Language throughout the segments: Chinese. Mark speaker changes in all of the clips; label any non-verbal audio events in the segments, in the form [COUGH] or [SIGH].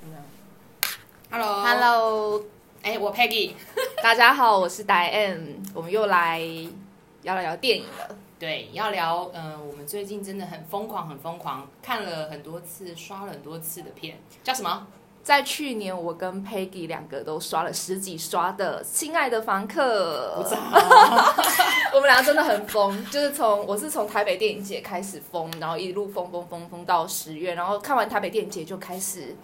Speaker 1: 真的 Hello。
Speaker 2: Hello，
Speaker 1: 哎，我 Peggy。
Speaker 2: 大家好，我是 Diane，我们又来聊聊电影了。
Speaker 1: 对，要聊，嗯、我们最近真的很疯狂，很疯狂，看了很多次，刷了很多次的片，叫什么？
Speaker 2: 在去年，我跟 Peggy 两个都刷了十几刷的《亲爱的房客
Speaker 1: 不》，知道。
Speaker 2: [LAUGHS] 我们两个真的很疯，就是从我是从台北电影节开始疯，然后一路疯疯疯疯到十月，然后看完台北电影节就开始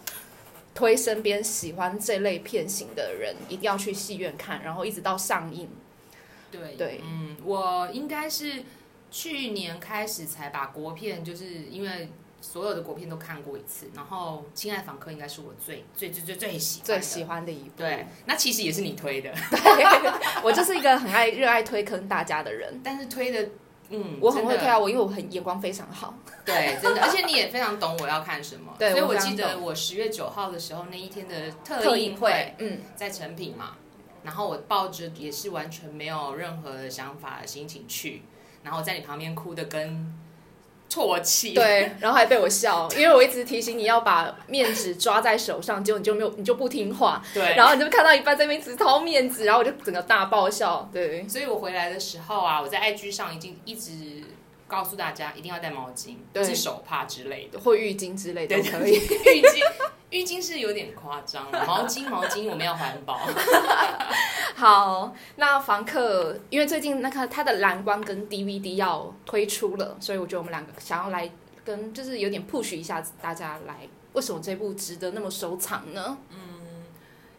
Speaker 2: 推身边喜欢这类片型的人一定要去戏院看，然后一直到上映。
Speaker 1: 对
Speaker 2: 对
Speaker 1: 嗯，我应该是去年开始才把国片，就是因为所有的国片都看过一次，然后《亲爱访客》应该是我最最最最最喜欢的
Speaker 2: 最喜。欢的一部。
Speaker 1: 对，那其实也是你推的，
Speaker 2: [LAUGHS] 我就是一个很爱热爱推坑大家的人，
Speaker 1: 但是推的，嗯，
Speaker 2: 我很会
Speaker 1: 真的
Speaker 2: 推啊，我因为我很眼光非常好。
Speaker 1: 对，真的，而且你也非常懂我要看什么。
Speaker 2: 对
Speaker 1: 所以
Speaker 2: 我
Speaker 1: 我
Speaker 2: 非常
Speaker 1: 记得
Speaker 2: 懂
Speaker 1: 我十月九号的时候那一天的特映会
Speaker 2: 会，嗯，
Speaker 1: 在成品嘛，然后我抱着也是完全没有任何的想法的心情去，然后在你旁边哭的跟啜泣。，
Speaker 2: 对，然后还被我笑，因为我一直提醒你要把面纸抓在手上，结果你就没有，你就不听话，
Speaker 1: 对，
Speaker 2: 然后你就看到一半在那边一直掏面纸，然后我就整个大爆笑。对，
Speaker 1: 所以我回来的时候啊，我在 IG 上已经一直告诉大家一定要带毛巾、
Speaker 2: 对
Speaker 1: 是手帕之类的。
Speaker 2: 或浴巾之类都
Speaker 1: 对
Speaker 2: 可以。
Speaker 1: 浴巾，浴巾是有点夸张，毛巾毛巾我们要环保。
Speaker 2: [LAUGHS] 好，那房客，因为最近那个它的蓝光跟 DVD 要推出了，所以我觉得我们两个想要来跟就是有点 push 一下大家来，为什么这部值得那么收藏呢？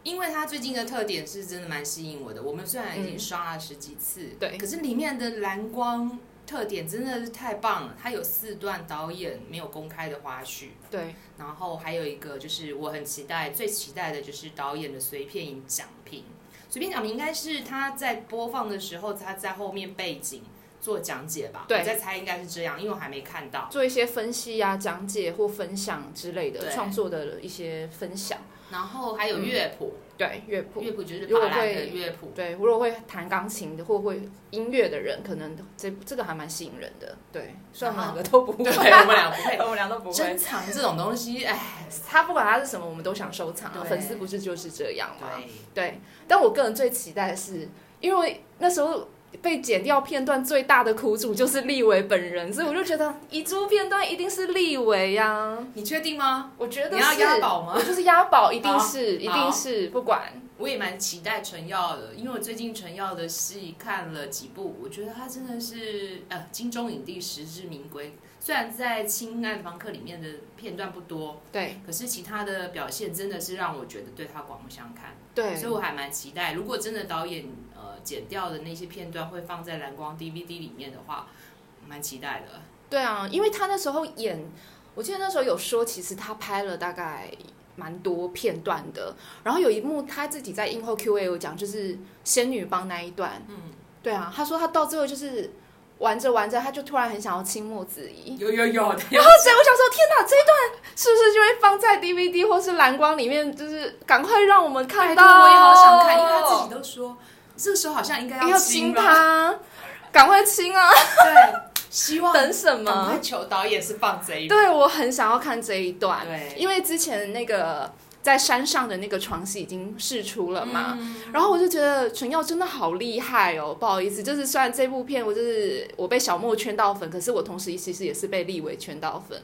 Speaker 1: 因为它最近的特点是真的蛮吸引我的。我们虽然已经刷了十几次，
Speaker 2: 对
Speaker 1: 可是里面的蓝光特点真的是太棒了。它有四段导演没有公开的花絮，
Speaker 2: 对，
Speaker 1: 然后还有一个就是我很期待，最期待的就是导演的随片影讲评。随便讲评应该是他在播放的时候，他在后面背景做讲解吧。
Speaker 2: 对
Speaker 1: 我在猜应该是这样，因为我还没看到。
Speaker 2: 做一些分析啊、讲解或分享之类的
Speaker 1: 对
Speaker 2: 创作的一些分享。
Speaker 1: 然后还有乐谱，
Speaker 2: 对，乐谱。
Speaker 1: 乐谱就是
Speaker 2: 如
Speaker 1: 法
Speaker 2: 果
Speaker 1: 兰的
Speaker 2: 会
Speaker 1: 乐谱。
Speaker 2: 对，如果会弹钢琴的或会音乐的人，可能这这个还蛮吸引人的。对，虽然我们两个都 [LAUGHS] 不会，
Speaker 1: 对，我们俩不会。
Speaker 2: 我们俩都不
Speaker 1: 珍。藏这种东西，哎，
Speaker 2: 他不管他是什么，我们都想收藏啊。
Speaker 1: 对
Speaker 2: 粉丝不是就是这样吗？
Speaker 1: 对，啊
Speaker 2: 对，但我个人最期待的是，因为那时候被剪掉片段最大的苦主就是立伟本人，所以我就觉得遗珠片段一定是立伟呀、
Speaker 1: 你确定吗？
Speaker 2: 我觉得
Speaker 1: 你要
Speaker 2: 是
Speaker 1: 押宝吗
Speaker 2: 我就是押宝，一定
Speaker 1: 好
Speaker 2: 是，一
Speaker 1: 好
Speaker 2: 定是，不管。
Speaker 1: 我也蛮期待陈耀的，因为我最近陈耀的戏看了几部，我觉得他真的是呃金钟影帝，实至名归。虽然在《亲爱的房客》里面的片段不多，
Speaker 2: 对
Speaker 1: 可是其他的表现真的是让我觉得对他刮目相看，
Speaker 2: 对，
Speaker 1: 所以我还蛮期待。如果真的导演呃剪掉的那些片段会放在蓝光 DVD 里面的话，蛮期待的。
Speaker 2: 对啊，因为他那时候演，我记得那时候有说，其实他拍了大概蛮多片段的。然后有一幕他自己在映后 Q&A 有讲，就是仙女帮那一段。嗯，对啊，他说他到最后就是玩着玩着，他就突然很想要亲莫
Speaker 1: [LAUGHS]
Speaker 2: 子仪。
Speaker 1: 有有有，
Speaker 2: 然后所以我想说，天哪，这一段是不是就会放在 DVD 或是蓝光里面？就是赶快让我们看
Speaker 1: 拜
Speaker 2: 到，
Speaker 1: 托我也好想看，因为他自己都说，这个时候好像应该
Speaker 2: 要
Speaker 1: 亲
Speaker 2: 亲
Speaker 1: 吧。
Speaker 2: 他，赶快亲啊！
Speaker 1: 对，希望
Speaker 2: 等什
Speaker 1: 赶
Speaker 2: 么
Speaker 1: 快？求导演是放这一部。
Speaker 2: 对，我很想要看这一段，
Speaker 1: 对
Speaker 2: 因为之前那个在山上的那个床戏已经试出了嘛，
Speaker 1: 嗯
Speaker 2: 然后我就觉得纯耀真的好厉害哦，不好意思，就是虽然这部片我就是我被小莫圈到粉，可是我同时其实也是被立伟圈到粉。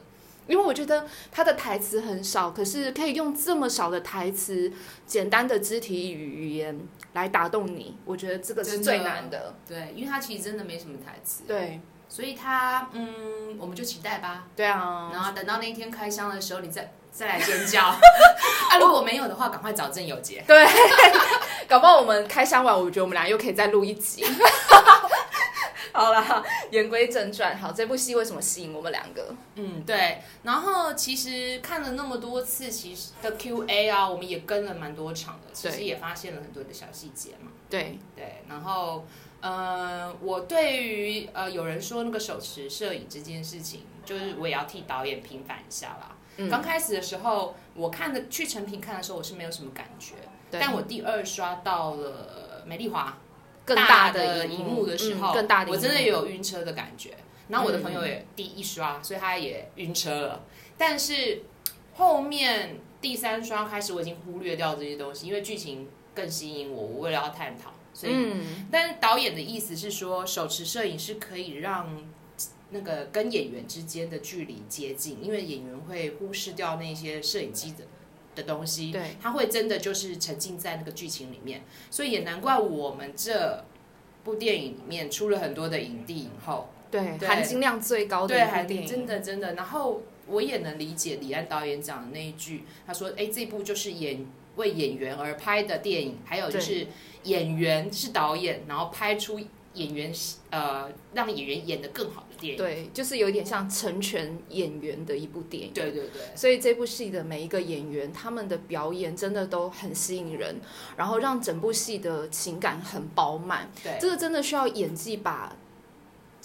Speaker 2: 因为我觉得他的台词很少，可是可以用这么少的台词、简单的肢体语语言来打动你，我觉得这个是
Speaker 1: 真的
Speaker 2: 最难的。
Speaker 1: 对，因为他其实真的没什么台词，
Speaker 2: 对，
Speaker 1: 所以他嗯，我们就期待吧。
Speaker 2: 对啊，
Speaker 1: 然后等到那一天开箱的时候，你再再来尖 [LAUGHS] 叫。啊，如果没有的话，赶快找郑有杰。
Speaker 2: 对，搞不好我们开箱完，我觉得我们俩又可以再录一集。 [LAUGHS] 好啦，言归正传，好，这部戏为什么吸引我们两个？
Speaker 1: 嗯，对。然后其实看了那么多次，其实的 Q&A 啊，我们也跟了蛮多场的，其实
Speaker 2: 对
Speaker 1: 也发现了很多的小细节嘛。
Speaker 2: 对，
Speaker 1: 对，然后，呃，我对于呃有人说那个手持摄影这件事情，就是我也要替导演平反一下啦。
Speaker 2: 嗯
Speaker 1: 刚开始的时候，我看的去成品看的时候，我是没有什么感觉，
Speaker 2: 对
Speaker 1: 但我第二刷到了美丽华
Speaker 2: 更
Speaker 1: 大
Speaker 2: 的
Speaker 1: 荧
Speaker 2: 幕
Speaker 1: 的时候，
Speaker 2: 嗯更大的，
Speaker 1: 我真的，有晕车的感觉。然后我的朋友也第一刷，所以他也晕车了。但是后面第三刷开始，我已经忽略掉这些东西，因为剧情更吸引我，我为了要探讨，所以
Speaker 2: 嗯，
Speaker 1: 但是导演的意思是说，手持摄影是可以让那个跟演员之间的距离接近，因为演员会忽视掉那些摄影机的的东西，
Speaker 2: 对，
Speaker 1: 他会真的就是沉浸在那个剧情里面，所以也难怪我们这部电影里面出了很多的影帝影后，
Speaker 2: 对，
Speaker 1: 对
Speaker 2: 含金量最高的
Speaker 1: 对，
Speaker 2: 一部
Speaker 1: 还
Speaker 2: 电影，
Speaker 1: 真的真的，然后。我也能理解李安导演讲的那一句，他说：“哎，这部就是演为演员而拍的电影，还有就是演员是导演，然后拍出演员呃让演员演得更好的电影。
Speaker 2: 对，就是有点像成全演员的一部电影。”
Speaker 1: 对对对
Speaker 2: 所以这部戏的每一个演员，他们的表演真的都很吸引人，然后让整部戏的情感很饱满。
Speaker 1: 对
Speaker 2: 这个真的需要演技把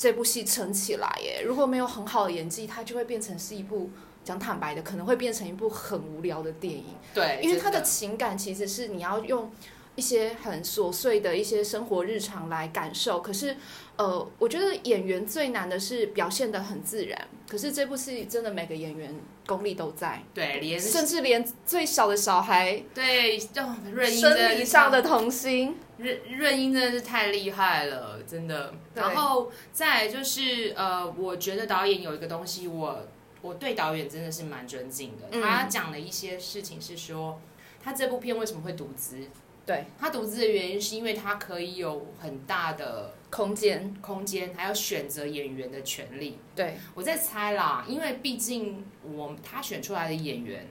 Speaker 2: 这部戏撑起来耶！如果没有很好的演技，它就会变成是一部讲坦白的，可能会变成一部很无聊的电影。
Speaker 1: 对，
Speaker 2: 因为他
Speaker 1: 真
Speaker 2: 的情感其实是你要用一些很琐碎的一些生活日常来感受。可是，呃，我觉得演员最难的是表现的很自然。可是这部戏真的每个演员功力都在，
Speaker 1: 对连
Speaker 2: 甚至连最小的小孩
Speaker 1: 对哦润英真的
Speaker 2: 生
Speaker 1: 是
Speaker 2: 理上的童心，
Speaker 1: 润润英真的是太厉害了，真的。
Speaker 2: 对
Speaker 1: 然后再来就是呃，我觉得导演有一个东西我，我对导演真的是蛮尊敬的。
Speaker 2: 嗯
Speaker 1: 他讲了一些事情是说，他这部片为什么会独资？
Speaker 2: 对，
Speaker 1: 他独资的原因是因为他可以有很大的
Speaker 2: 空间，
Speaker 1: 空间，还有选择演员的权利。
Speaker 2: 对
Speaker 1: 我在猜啦，因为毕竟我他选出来的演员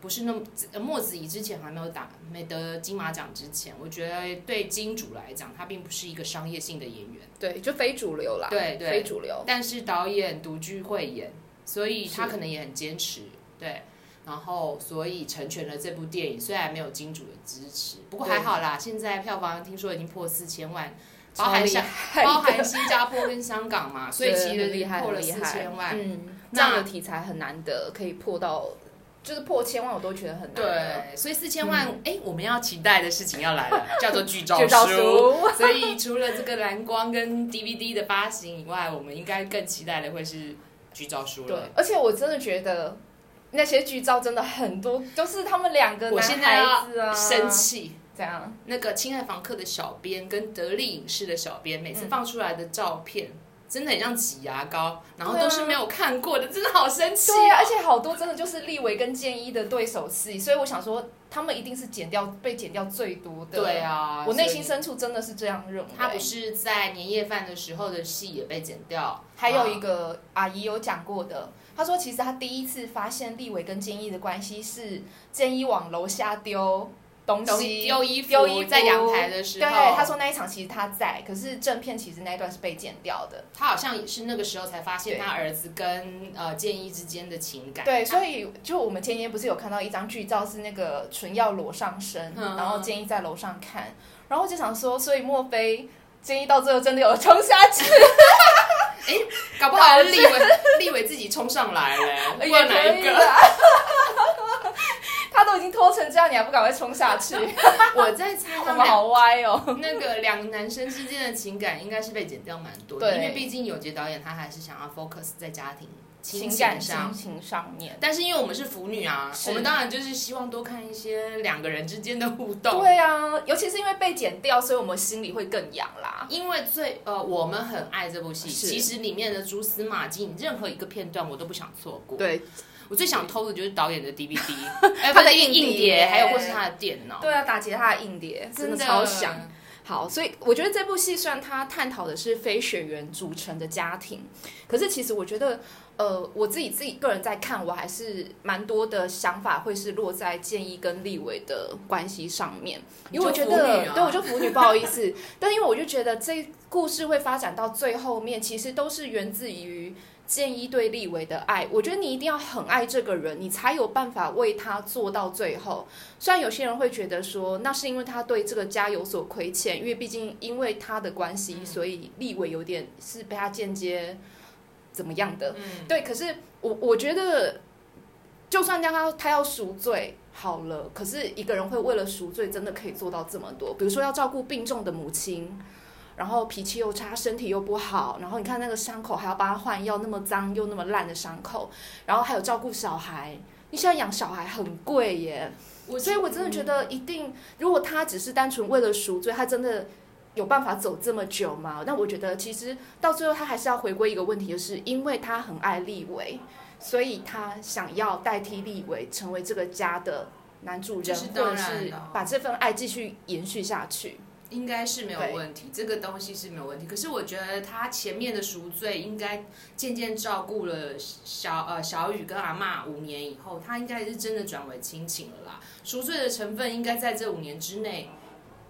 Speaker 1: 不是那么呃莫子仪之前还没有打没得金马奖之前，我觉得对金主来讲，他并不是一个商业性的演员，
Speaker 2: 对，就非主流啦，
Speaker 1: 对对
Speaker 2: 非主流，
Speaker 1: 但是导演独具慧眼，所以他
Speaker 2: 是
Speaker 1: 可能也很坚持，对。然后，所以成全了这部电影，虽然没有金主的支持，不过还好啦。现在票房听说已经破四千万，包含
Speaker 2: 超
Speaker 1: 像
Speaker 2: 厉害的
Speaker 1: 包
Speaker 2: [LAUGHS]
Speaker 1: 含新加坡跟香港嘛，所以其
Speaker 2: 对
Speaker 1: 实
Speaker 2: 很厉害，
Speaker 1: 破了
Speaker 2: 很厉
Speaker 1: 四
Speaker 2: 害
Speaker 1: 千万。
Speaker 2: 嗯，
Speaker 1: 那
Speaker 2: 这样的题材很难得，可以破到就是破千万，我都觉得很难得。
Speaker 1: 对，所以四千万，哎、我们要期待的事情要
Speaker 2: [LAUGHS]
Speaker 1: 来了，叫做剧照
Speaker 2: 就嗯
Speaker 1: [LAUGHS]
Speaker 2: 照 [LAUGHS] 书，
Speaker 1: 所以除了这个蓝光跟 DVD 的发行以外，我们应该更期待的会是剧照书
Speaker 2: 对
Speaker 1: 了。，
Speaker 2: 而且我真的觉得那些剧照真的很多，就是他们两个
Speaker 1: 我
Speaker 2: 男
Speaker 1: 现在要
Speaker 2: 孩子啊，
Speaker 1: 生气，
Speaker 2: 这样，
Speaker 1: 那个《亲爱房客》的小编跟得力影视的小编，每次放出来的照片。
Speaker 2: 嗯
Speaker 1: 真的很像挤牙膏，然后
Speaker 2: 对啊
Speaker 1: 都是没有看过的，真的好生气、
Speaker 2: 对啊，而且好多真的就是立维跟建一的对手戏，所以我想说他们一定是剪掉被剪掉最多的。
Speaker 1: 对，啊，
Speaker 2: 我内心
Speaker 1: 所以
Speaker 2: 深处真的是这样认为。
Speaker 1: 他不是在年夜饭的时候的戏也被剪掉，啊
Speaker 2: 还有一
Speaker 1: 个。
Speaker 2: 个阿姨有讲过的，她说其实她第一次发现立伟跟建一的关系是建一往楼下丢东
Speaker 1: 东
Speaker 2: 西。
Speaker 1: 丢衣服，
Speaker 2: 丢衣服
Speaker 1: 在阳台的时
Speaker 2: 对，
Speaker 1: 候，
Speaker 2: 她说那一场其实她在，可是正片其实那一段是被剪掉的。
Speaker 1: 他好像也是那个时候才发现
Speaker 2: 对
Speaker 1: 他儿子跟呃建一之间的情感。
Speaker 2: 对，所以就我们前天不是有看到一张剧照，是那个纯耀裸上身，
Speaker 1: 嗯
Speaker 2: 然后建议在楼上看，然后我就想说，所以莫非建议到最后真的有冲下去？
Speaker 1: 搞不好立伟 [LAUGHS] 立伟自己冲上来了，不
Speaker 2: [LAUGHS] [LAUGHS] 也
Speaker 1: 管哪
Speaker 2: 可
Speaker 1: 一
Speaker 2: 以
Speaker 1: 个。
Speaker 2: 啦。他都已经拖成这样，你还不赶快冲下 [LAUGHS] 去？
Speaker 1: [LAUGHS] 我在猜
Speaker 2: 我
Speaker 1: 他
Speaker 2: 们
Speaker 1: 们俩
Speaker 2: 好歪哦。
Speaker 1: 那个两个男生之间的情感应该是被剪掉蛮多的，
Speaker 2: 对
Speaker 1: 因为毕竟有杰导演他还是想要 focus 在家庭亲
Speaker 2: 情
Speaker 1: 情
Speaker 2: 感
Speaker 1: 上
Speaker 2: 亲。情上面，
Speaker 1: 但是因为我们是腐女啊，
Speaker 2: 是
Speaker 1: 我们当然就是希望多看一些两个人之间的互动。
Speaker 2: 对啊，尤其是因为被剪掉，所以我们心里会更痒啦。
Speaker 1: 因为最呃，我们很爱这部戏，
Speaker 2: 是
Speaker 1: 其实里面的蛛丝马迹，任何一个片段我都不想错过。
Speaker 2: 对
Speaker 1: 我最想偷的就是导演的
Speaker 2: [LAUGHS]
Speaker 1: DVD，哎
Speaker 2: 他
Speaker 1: 不
Speaker 2: 的
Speaker 1: 是
Speaker 2: 硬碟
Speaker 1: 硬碟，还有或是他的电脑，
Speaker 2: 对啊，打劫他的硬碟，真的超想。好，所以我觉得这部戏虽然它探讨的是非血缘组成的家庭，可是其实我觉得，呃，我自己自己个人在看，我还是蛮多的想法会是落在建议跟立伟的关系上面，因为我觉
Speaker 1: 你就腐
Speaker 2: 得，
Speaker 1: 女啊
Speaker 2: 对，我就腐女，不好意思， [LAUGHS] 但因为我就觉得这故事会发展到最后面，其实都是源自于。建议对立伟的爱，我觉得你一定要很爱这个人，你才有办法为他做到最后。虽然有些人会觉得说，那是因为他对这个家有所亏欠，因为毕竟因为他的关系，
Speaker 1: 嗯
Speaker 2: 所以立伟有点是被他间接怎么样的。
Speaker 1: 嗯，
Speaker 2: 对，可是我我觉得，就算让他他要赎罪好了，可是一个人会为了赎罪真的可以做到这么多，比如说要照顾病重的母亲。然后脾气又差，身体又不好，然后你看那个伤口还要帮他换药，那么脏又那么烂的伤口，然后还有照顾小孩，你现在养小孩很贵耶，
Speaker 1: 我
Speaker 2: 所以我真的觉得一定，如果他只是单纯为了赎罪，他真的有办法走这么久吗？那我觉得其实到最后他还是要回归一个问题，就是因为他很爱立伟，所以他想要代替立伟成为这个家的男主
Speaker 1: 这
Speaker 2: 人，
Speaker 1: 是
Speaker 2: 或者
Speaker 1: 当然
Speaker 2: 是
Speaker 1: 的
Speaker 2: 把这份爱继续延续下去。
Speaker 1: 应该是没有
Speaker 2: 对
Speaker 1: 问题，这个东西是没有问题。可是我觉得他前面的赎罪应该渐渐照顾了小呃小雨跟阿嬷五年以后，他应该是真的转为亲情了啦。赎罪的成分应该在这五年之内，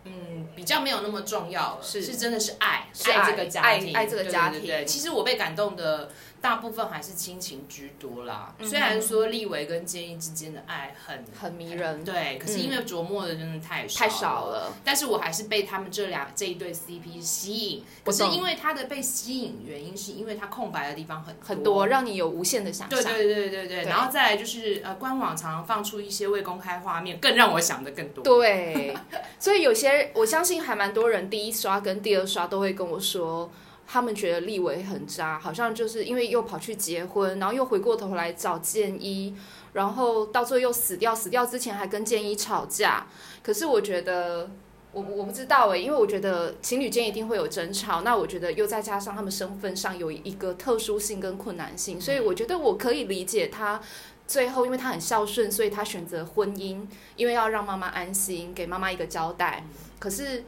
Speaker 1: 嗯，比较没有那么重要了。
Speaker 2: 是
Speaker 1: 是真的是爱，
Speaker 2: 是
Speaker 1: 爱
Speaker 2: 爱
Speaker 1: 这个家庭，
Speaker 2: 爱爱这个家
Speaker 1: 对对对对
Speaker 2: 庭
Speaker 1: 其实我被感动的大部分还是亲情居多啦。
Speaker 2: 嗯
Speaker 1: 虽然说立维跟建议之间的爱很
Speaker 2: 很迷人嗯
Speaker 1: 对，可是因为琢磨的真的太少
Speaker 2: 太少了，
Speaker 1: 但是我还是被他们这两这一对 CP 吸引。可
Speaker 2: 我
Speaker 1: 是
Speaker 2: 懂
Speaker 1: 因为他的被吸引原因，是因为他空白的地方很
Speaker 2: 很
Speaker 1: 多
Speaker 2: 多。让你有无限的想
Speaker 1: 对
Speaker 2: 象。
Speaker 1: 对对对对，
Speaker 2: 对
Speaker 1: 然后再来就是呃，官网常常放出一些未公开画面，更让我想的更多。
Speaker 2: 对，所以有些我相信还蛮多人第一刷跟第二刷都会跟我说，他们觉得立伟很渣，好像就是因为又跑去结婚，然后又回过头来找建一，然后到最后又死掉，死掉之前还跟建一吵架。可是我觉得。我我不知道诶、因为我觉得情侣间一定会有争吵，那我觉得又再加上他们身份上有一个特殊性跟困难性，所以我觉得我可以理解他最后，因为他很孝顺，所以他选择婚姻，因为要让妈妈安心，给妈妈一个交代。可是，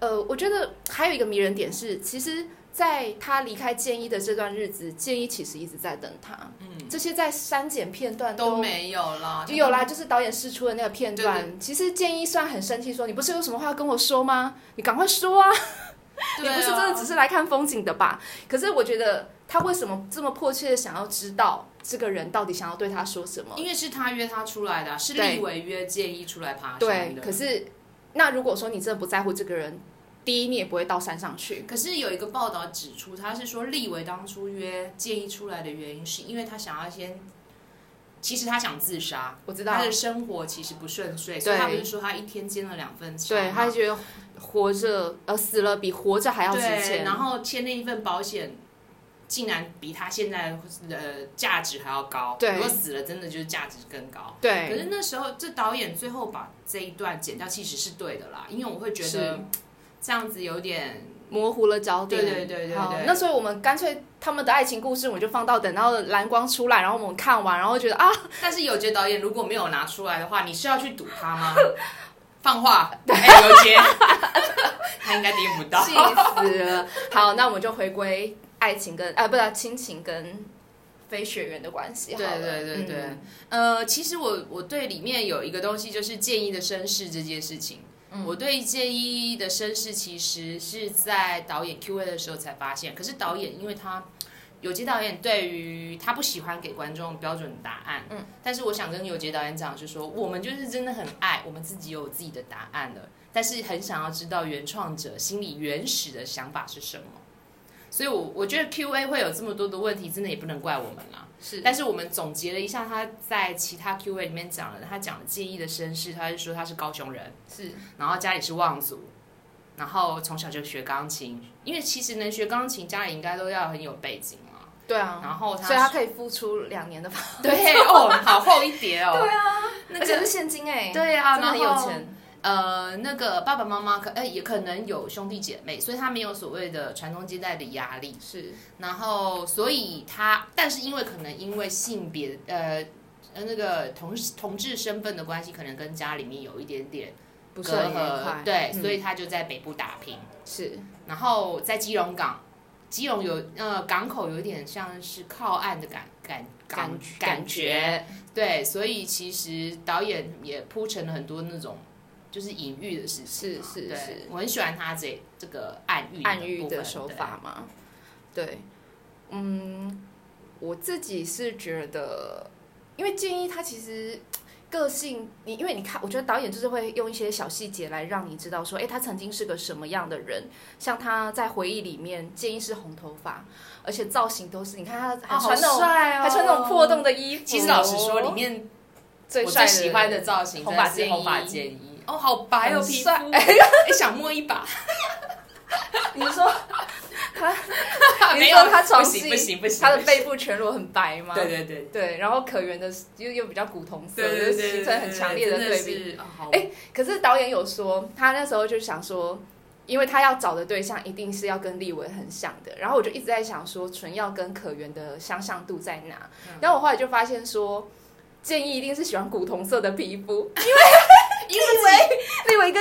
Speaker 2: 呃，我觉得还有一个迷人点是，其实在他离开建一的这段日子，建一其实一直在等他。嗯，这些在删减片段
Speaker 1: 都没有啦，
Speaker 2: 就有啦，就是导演试出的那个片段。
Speaker 1: 对
Speaker 2: 其实建一虽然很生气，说你不是有什么话要跟我说吗？你赶快说啊！
Speaker 1: 对
Speaker 2: 你
Speaker 1: 啊，
Speaker 2: 不是真的只是来看风景的吧？可是我觉得他为什么这么迫切的想要知道这个人到底想要对他说什么？
Speaker 1: 因为是他约他出来的啊，是
Speaker 2: 对
Speaker 1: 立委约建议出来爬山
Speaker 2: 对
Speaker 1: 的。，
Speaker 2: 可是那如果说你真的不在乎这个人，第一你也不会到山上去。
Speaker 1: 可是有一个报道指出，他是说立维当初约建议出来的原因，是因为他想要先，其实他想自杀，
Speaker 2: 我知道
Speaker 1: 他，的生活其实不顺遂，所以
Speaker 2: 对
Speaker 1: 他不是说他一天兼了两份差
Speaker 2: 对，他
Speaker 1: 吗
Speaker 2: 就觉得活着呃死了比活着还要值
Speaker 1: 对，
Speaker 2: 钱。
Speaker 1: 然后签那一份保险，竟然比他现在的呃价值还要高，
Speaker 2: 对
Speaker 1: 如果死了真的就是价值更高。可
Speaker 2: 对，
Speaker 1: 是那时候，这导演最后把这一段剪掉，其实是对的啦，因为我会觉得
Speaker 2: 是
Speaker 1: 这样子有点
Speaker 2: 模糊了焦点。
Speaker 1: 对对对对
Speaker 2: 好
Speaker 1: 对，
Speaker 2: 那所以我们干脆他们的爱情故事，我们就放到等到蓝光出来，然后我们看完，然后
Speaker 1: [LAUGHS]
Speaker 2: 觉得啊，
Speaker 1: 但是有杰导演如果没有拿出来的话，你是要去堵他吗？
Speaker 2: [LAUGHS]
Speaker 1: 放话，哎，有杰，他应该听不到
Speaker 2: 气。死了。好，那我们就回归爱情跟啊，不是亲情跟非血缘的关系好
Speaker 1: 对
Speaker 2: 了。
Speaker 1: 对对对
Speaker 2: 嗯，
Speaker 1: 呃，其实我我对里面有一个东西，就是建一的身世这件事情。
Speaker 2: 嗯
Speaker 1: 我对建一的身世其实是在导演 Q&A 的时候才发现，可是导演因为他有杰导演对于他不喜欢给观众标准答案，嗯，但是我想跟有杰导演讲，就是说我们就是真的很爱，我们自己有自己的答案了，但是很想要知道原创者心里原始的想法是什么。所以我，我觉得 Q&A 会有这么多的问题，真的也不能怪我们啦。
Speaker 2: 是
Speaker 1: 但是我们总结了一下，他在其他 Q&A 里面讲了，他讲了建议的身世，他是说他是高雄人，
Speaker 2: 是
Speaker 1: 然后家里是望族，然后从小就学钢琴，因为其实能学钢琴，家里应该都要很有背景嘛。
Speaker 2: 对啊，
Speaker 1: 然后他
Speaker 2: 所以他可以付出两年的房租。
Speaker 1: 对哦，好厚一叠哦。对啊，那
Speaker 2: 而且
Speaker 1: 个
Speaker 2: 是现金哎、
Speaker 1: 对啊，
Speaker 2: 真的很
Speaker 1: 然
Speaker 2: 有
Speaker 1: 后
Speaker 2: 钱。
Speaker 1: 呃，那个爸爸妈妈可哎、也可能有兄弟姐妹，所以他没有所谓的传宗接代的压力。
Speaker 2: 是
Speaker 1: 然后所以他，但是因为可能因为性别呃呃那个同同志身份的关系，可能跟家里面有一点点
Speaker 2: 不是
Speaker 1: 隔
Speaker 2: 很愉
Speaker 1: 阂
Speaker 2: 快，，
Speaker 1: 对，
Speaker 2: 嗯
Speaker 1: 所以他就在北部打拼，
Speaker 2: 是
Speaker 1: 然后在基隆港。基隆有呃港口有点像是靠岸的感感
Speaker 2: 感
Speaker 1: 感
Speaker 2: 感
Speaker 1: 觉，对，所以其实导演也铺陈了很多那种就是隐喻的事情，
Speaker 2: 是是
Speaker 1: 对
Speaker 2: 是
Speaker 1: 我很喜欢他这这个暗喻
Speaker 2: 暗喻
Speaker 1: 部分
Speaker 2: 的手，法嘛？对，嗯，我自己是觉得，因为建议他其实。个性，你因为你看，我觉得导演就是会用一些小细节来让你知道说，诶，他曾经是个什么样的人。像他在回忆里面，建议是红头发，而且造型都是，你看他
Speaker 1: 对
Speaker 2: 还
Speaker 1: 啊，好
Speaker 2: 穿那种，
Speaker 1: 帅哦，
Speaker 2: 还穿那种破洞的衣服。
Speaker 1: 其实老实说，里面
Speaker 2: 最
Speaker 1: 我
Speaker 2: 哦帅
Speaker 1: 最
Speaker 2: 的
Speaker 1: 喜欢的造型，
Speaker 2: 红发
Speaker 1: 真的是
Speaker 2: 建
Speaker 1: 红发
Speaker 2: 议
Speaker 1: 建议。哦， [LAUGHS] 好白哦，
Speaker 2: 很
Speaker 1: 皮肤，
Speaker 2: 帅
Speaker 1: [LAUGHS] 哎，想摸一把。
Speaker 2: 你说
Speaker 1: 啊
Speaker 2: [LAUGHS] 你
Speaker 1: 没有
Speaker 2: 说他床
Speaker 1: 不行
Speaker 2: 戏
Speaker 1: 不行不行，
Speaker 2: 他的
Speaker 1: 不行
Speaker 2: 背部全裸很白吗？
Speaker 1: 对对对
Speaker 2: 对然后可原的又又比较古铜色，
Speaker 1: 对对对
Speaker 2: 就
Speaker 1: 对，
Speaker 2: 形成很强烈
Speaker 1: 的
Speaker 2: 对比。
Speaker 1: 是。啊好
Speaker 2: 哎可是导演有说，他那时候就想说，因为他要找的对象一定是要跟立伟很像的，然后我就一直在想说，纯耀跟可原的相像度在哪？
Speaker 1: 嗯
Speaker 2: 然后我后来就发现说。建议一定是喜欢古铜色的皮
Speaker 1: [LAUGHS]
Speaker 2: 肤，
Speaker 1: 因为
Speaker 2: 立 [LAUGHS] 伟跟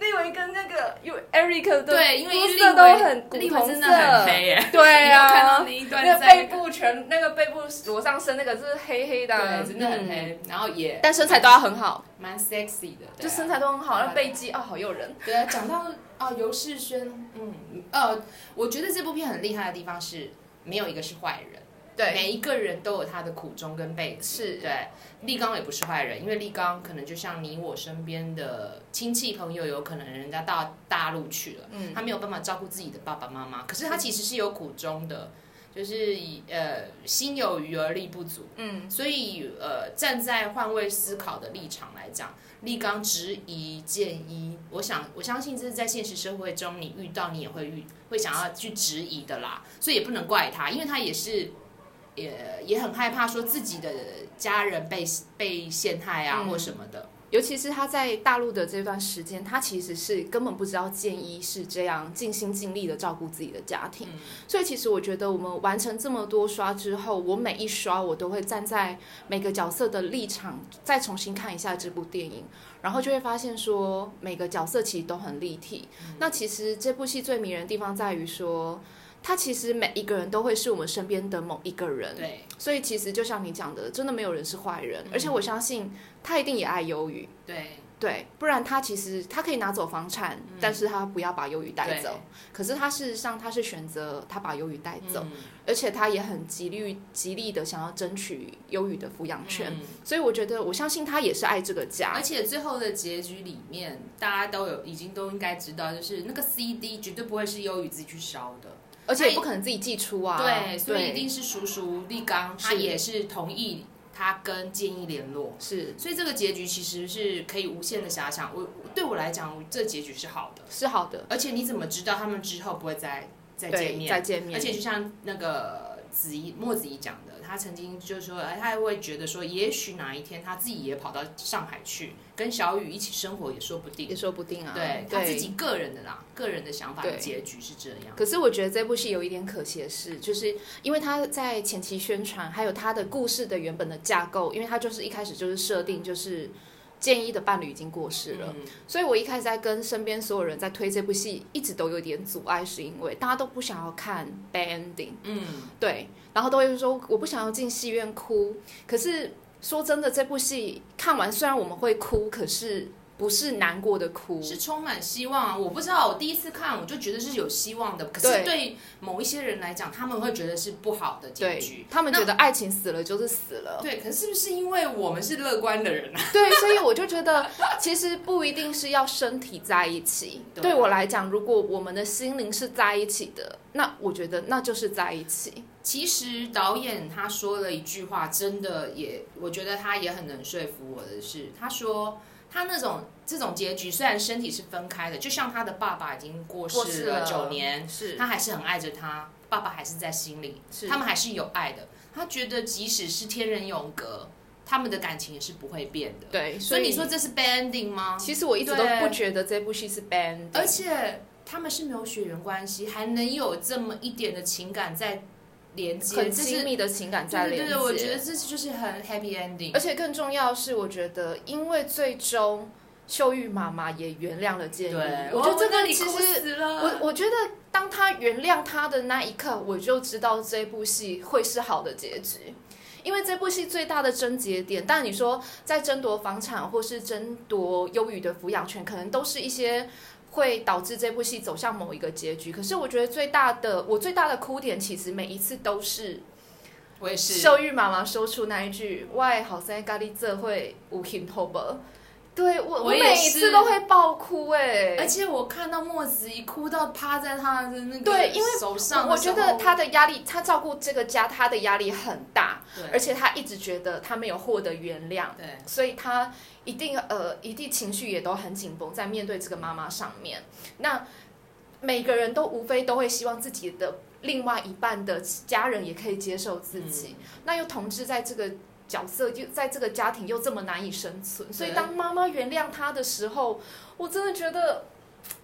Speaker 2: 立伟跟那个因为 Eric 的
Speaker 1: 对，因为
Speaker 2: 肤
Speaker 1: 立
Speaker 2: 色都
Speaker 1: 伟
Speaker 2: 很古
Speaker 1: 立伟
Speaker 2: 铜
Speaker 1: 真的
Speaker 2: 色
Speaker 1: 很，黑耶。
Speaker 2: 对
Speaker 1: 你有看
Speaker 2: 啊
Speaker 1: 到那，一段
Speaker 2: 那个
Speaker 1: 在
Speaker 2: 背部全那个背部裸上身那个是黑黑的啊，
Speaker 1: 对，真的很
Speaker 2: 嗯，
Speaker 1: 黑，然后也
Speaker 2: 但身材都要很好，
Speaker 1: 蛮 sexy 的，对
Speaker 2: 就
Speaker 1: 啊
Speaker 2: 身材都很好，
Speaker 1: 对啊
Speaker 2: 然后背肌哦好诱人，
Speaker 1: 对啊，讲到啊尤世轩，嗯呃，我觉得这部片很厉害的地方是没有一个是坏人，
Speaker 2: 对，
Speaker 1: 每一个人都有他的苦衷跟背景。
Speaker 2: 是
Speaker 1: 对，立刚也不是坏人，因为立刚可能就像你我身边的亲戚朋友，有可能人家到大陆去了，
Speaker 2: 嗯
Speaker 1: 他没有办法照顾自己的爸爸妈妈，可是他其实是有苦衷的，就是以呃心有余而力不足。
Speaker 2: 嗯
Speaker 1: 所以，呃，站在换位思考的立场来讲，立刚质疑建一，我想我相信这是在现实社会中你遇到你也会遇会想要去质疑的啦，所以也不能怪他，因为他也是也也很害怕说自己的家人被被陷害啊、
Speaker 2: 嗯
Speaker 1: 或什么的，
Speaker 2: 尤其是他在大陆的这段时间，他其实是根本不知道建一是这样尽心尽力的照顾自己的家庭，
Speaker 1: 嗯
Speaker 2: 所以其实我觉得我们完成这么多刷之后，我每一刷我都会站在每个角色的立场再重新看一下这部电影，然后就会发现说每个角色其实都很立体。那其实这部戏最迷人的地方在于说。他其实每一个人都会是我们身边的某一个人，
Speaker 1: 对，
Speaker 2: 所以其实就像你讲的，真的没有人是坏
Speaker 1: 嗯
Speaker 2: 人，而且我相信他一定也爱忧郁，
Speaker 1: 对，
Speaker 2: 对，不然他其实他可以拿走房产，但是他不要把忧郁带
Speaker 1: 嗯对
Speaker 2: 走。可是他事实上他是选择他把忧郁带走，
Speaker 1: 嗯
Speaker 2: 而且他也很极力极力的想要争取忧郁的抚养权。
Speaker 1: 嗯哎
Speaker 2: 所以我觉得，我相信他也是爱这个
Speaker 1: 而
Speaker 2: 家。
Speaker 1: 且最后的结局里面，大家都有已经都应该知道，就是那个 CD 绝对不会是忧郁自己去烧的。
Speaker 2: 而且也不可能自己寄出啊，
Speaker 1: 对，所以一定是叔叔立刚，他
Speaker 2: 是
Speaker 1: 也是同意他跟建议联络，
Speaker 2: 是
Speaker 1: 所以这个结局其实是可以无限的遐想。我对我来讲，我这结局是好的，
Speaker 2: 是好的，
Speaker 1: 而且你怎么知道他们之后不会再再见
Speaker 2: 对，
Speaker 1: 面？
Speaker 2: 再见
Speaker 1: 而
Speaker 2: 面，
Speaker 1: 且就像那个子怡莫子怡讲的，他曾经就说，哎，他会觉得说，也许哪一天他自己也跑到上海去，跟小雨一起生活也说不定
Speaker 2: 也。说不定啊，
Speaker 1: 对他自
Speaker 2: 对。
Speaker 1: 己个人的啦，个人的想法
Speaker 2: 对
Speaker 1: 结局是这样。
Speaker 2: 可是我觉得这部戏有一点可惜的是，就是因为他在前期宣传，还有他的故事的原本的架构，因为他就是一开始就是设定就是建一的伴侣已经过世了，
Speaker 1: 嗯
Speaker 2: 所以我一开始在跟身边所有人在推这部戏，一直都有点阻碍，是因为大家都不想要看 bad ending，
Speaker 1: 嗯，
Speaker 2: 对，然后都会说我不想要进戏院哭。可是说真的，这部戏看完虽然我们会哭，可是不是难过的哭，
Speaker 1: 是充满希望啊！我不知道，我第一次看我就觉得是有希望的，可
Speaker 2: 对
Speaker 1: 是对某一些人来讲，他们会觉得是不好的结
Speaker 2: 对
Speaker 1: 局。
Speaker 2: 他们
Speaker 1: 那
Speaker 2: 觉得爱情死了就是死了，
Speaker 1: 对，可是是不是因为我们是乐观的人啊？
Speaker 2: 对，所以我就觉得，其实不一定是要身体在一起。
Speaker 1: 对啊
Speaker 2: 对我来讲，如果我们的心灵是在一起的，那我觉得那就是在一起。
Speaker 1: 其实导演他说了一句话，真的也，我觉得他也很能说服我的是，他说他那种这种结局，虽然身体是分开的，就像他的爸爸已经过
Speaker 2: 过世
Speaker 1: 世了
Speaker 2: 了
Speaker 1: 九年，
Speaker 2: 是
Speaker 1: 他还嗯是很爱着他，爸爸还是在心里，
Speaker 2: 是
Speaker 1: 他们还是有爱的。他觉得即使是天人永隔，他们的感情也是不会变的。
Speaker 2: 对，
Speaker 1: 所以你说，这是 bad ending 吗？
Speaker 2: 其实我一直都
Speaker 1: 对
Speaker 2: 不觉得这部戏是 band，
Speaker 1: 而且他们是没有血缘关系，还能有这么一点的情感在连接，
Speaker 2: 很
Speaker 1: 这
Speaker 2: 亲
Speaker 1: 是
Speaker 2: 密的情感在
Speaker 1: 对对对
Speaker 2: 啊连接。
Speaker 1: 对，我觉得这是就是很 happy ending。
Speaker 2: 而且更重要的是，我觉得因为最终秀玉妈妈也原谅了建
Speaker 1: 对
Speaker 2: 议，，我觉得这个
Speaker 1: 你
Speaker 2: 其
Speaker 1: 哭
Speaker 2: 实
Speaker 1: 死了，
Speaker 2: 我我觉得，当他原谅他的那一刻，我就知道这部戏会是好的结局。因为这部戏最大的症结点，但你说在争夺房产或是争夺优郁的抚养权，可能都是一些会导致这部戏走向某一个结局。可是我觉得最大的，我最大的哭点，其实每一次都是
Speaker 1: 我也是。
Speaker 2: 秀玉妈妈说出那一句“喂，好生咖喱这会无 king t o b e 对我，
Speaker 1: 我
Speaker 2: 我
Speaker 1: 也
Speaker 2: 每一次
Speaker 1: 是
Speaker 2: 都会爆哭哎、
Speaker 1: 而且我看到墨子怡哭到趴在他的那个
Speaker 2: 对因为
Speaker 1: 手上
Speaker 2: 我
Speaker 1: 的
Speaker 2: 觉
Speaker 1: 时候，
Speaker 2: 得他的压力，他照顾这个家，他的压力很大，
Speaker 1: 对
Speaker 2: 而且他一直觉得他没有获得原谅，
Speaker 1: 对
Speaker 2: 所以他一定呃一定情绪也都很紧绷，在面对这个妈妈上面。那每个人都无非都会希望自己的另外一半的家人也可以接受自
Speaker 1: 嗯
Speaker 2: 己，那又同志在这个角色又在这个家庭又这么难以生存，所以
Speaker 1: 对
Speaker 2: 当妈妈原谅他的时候，我真的觉得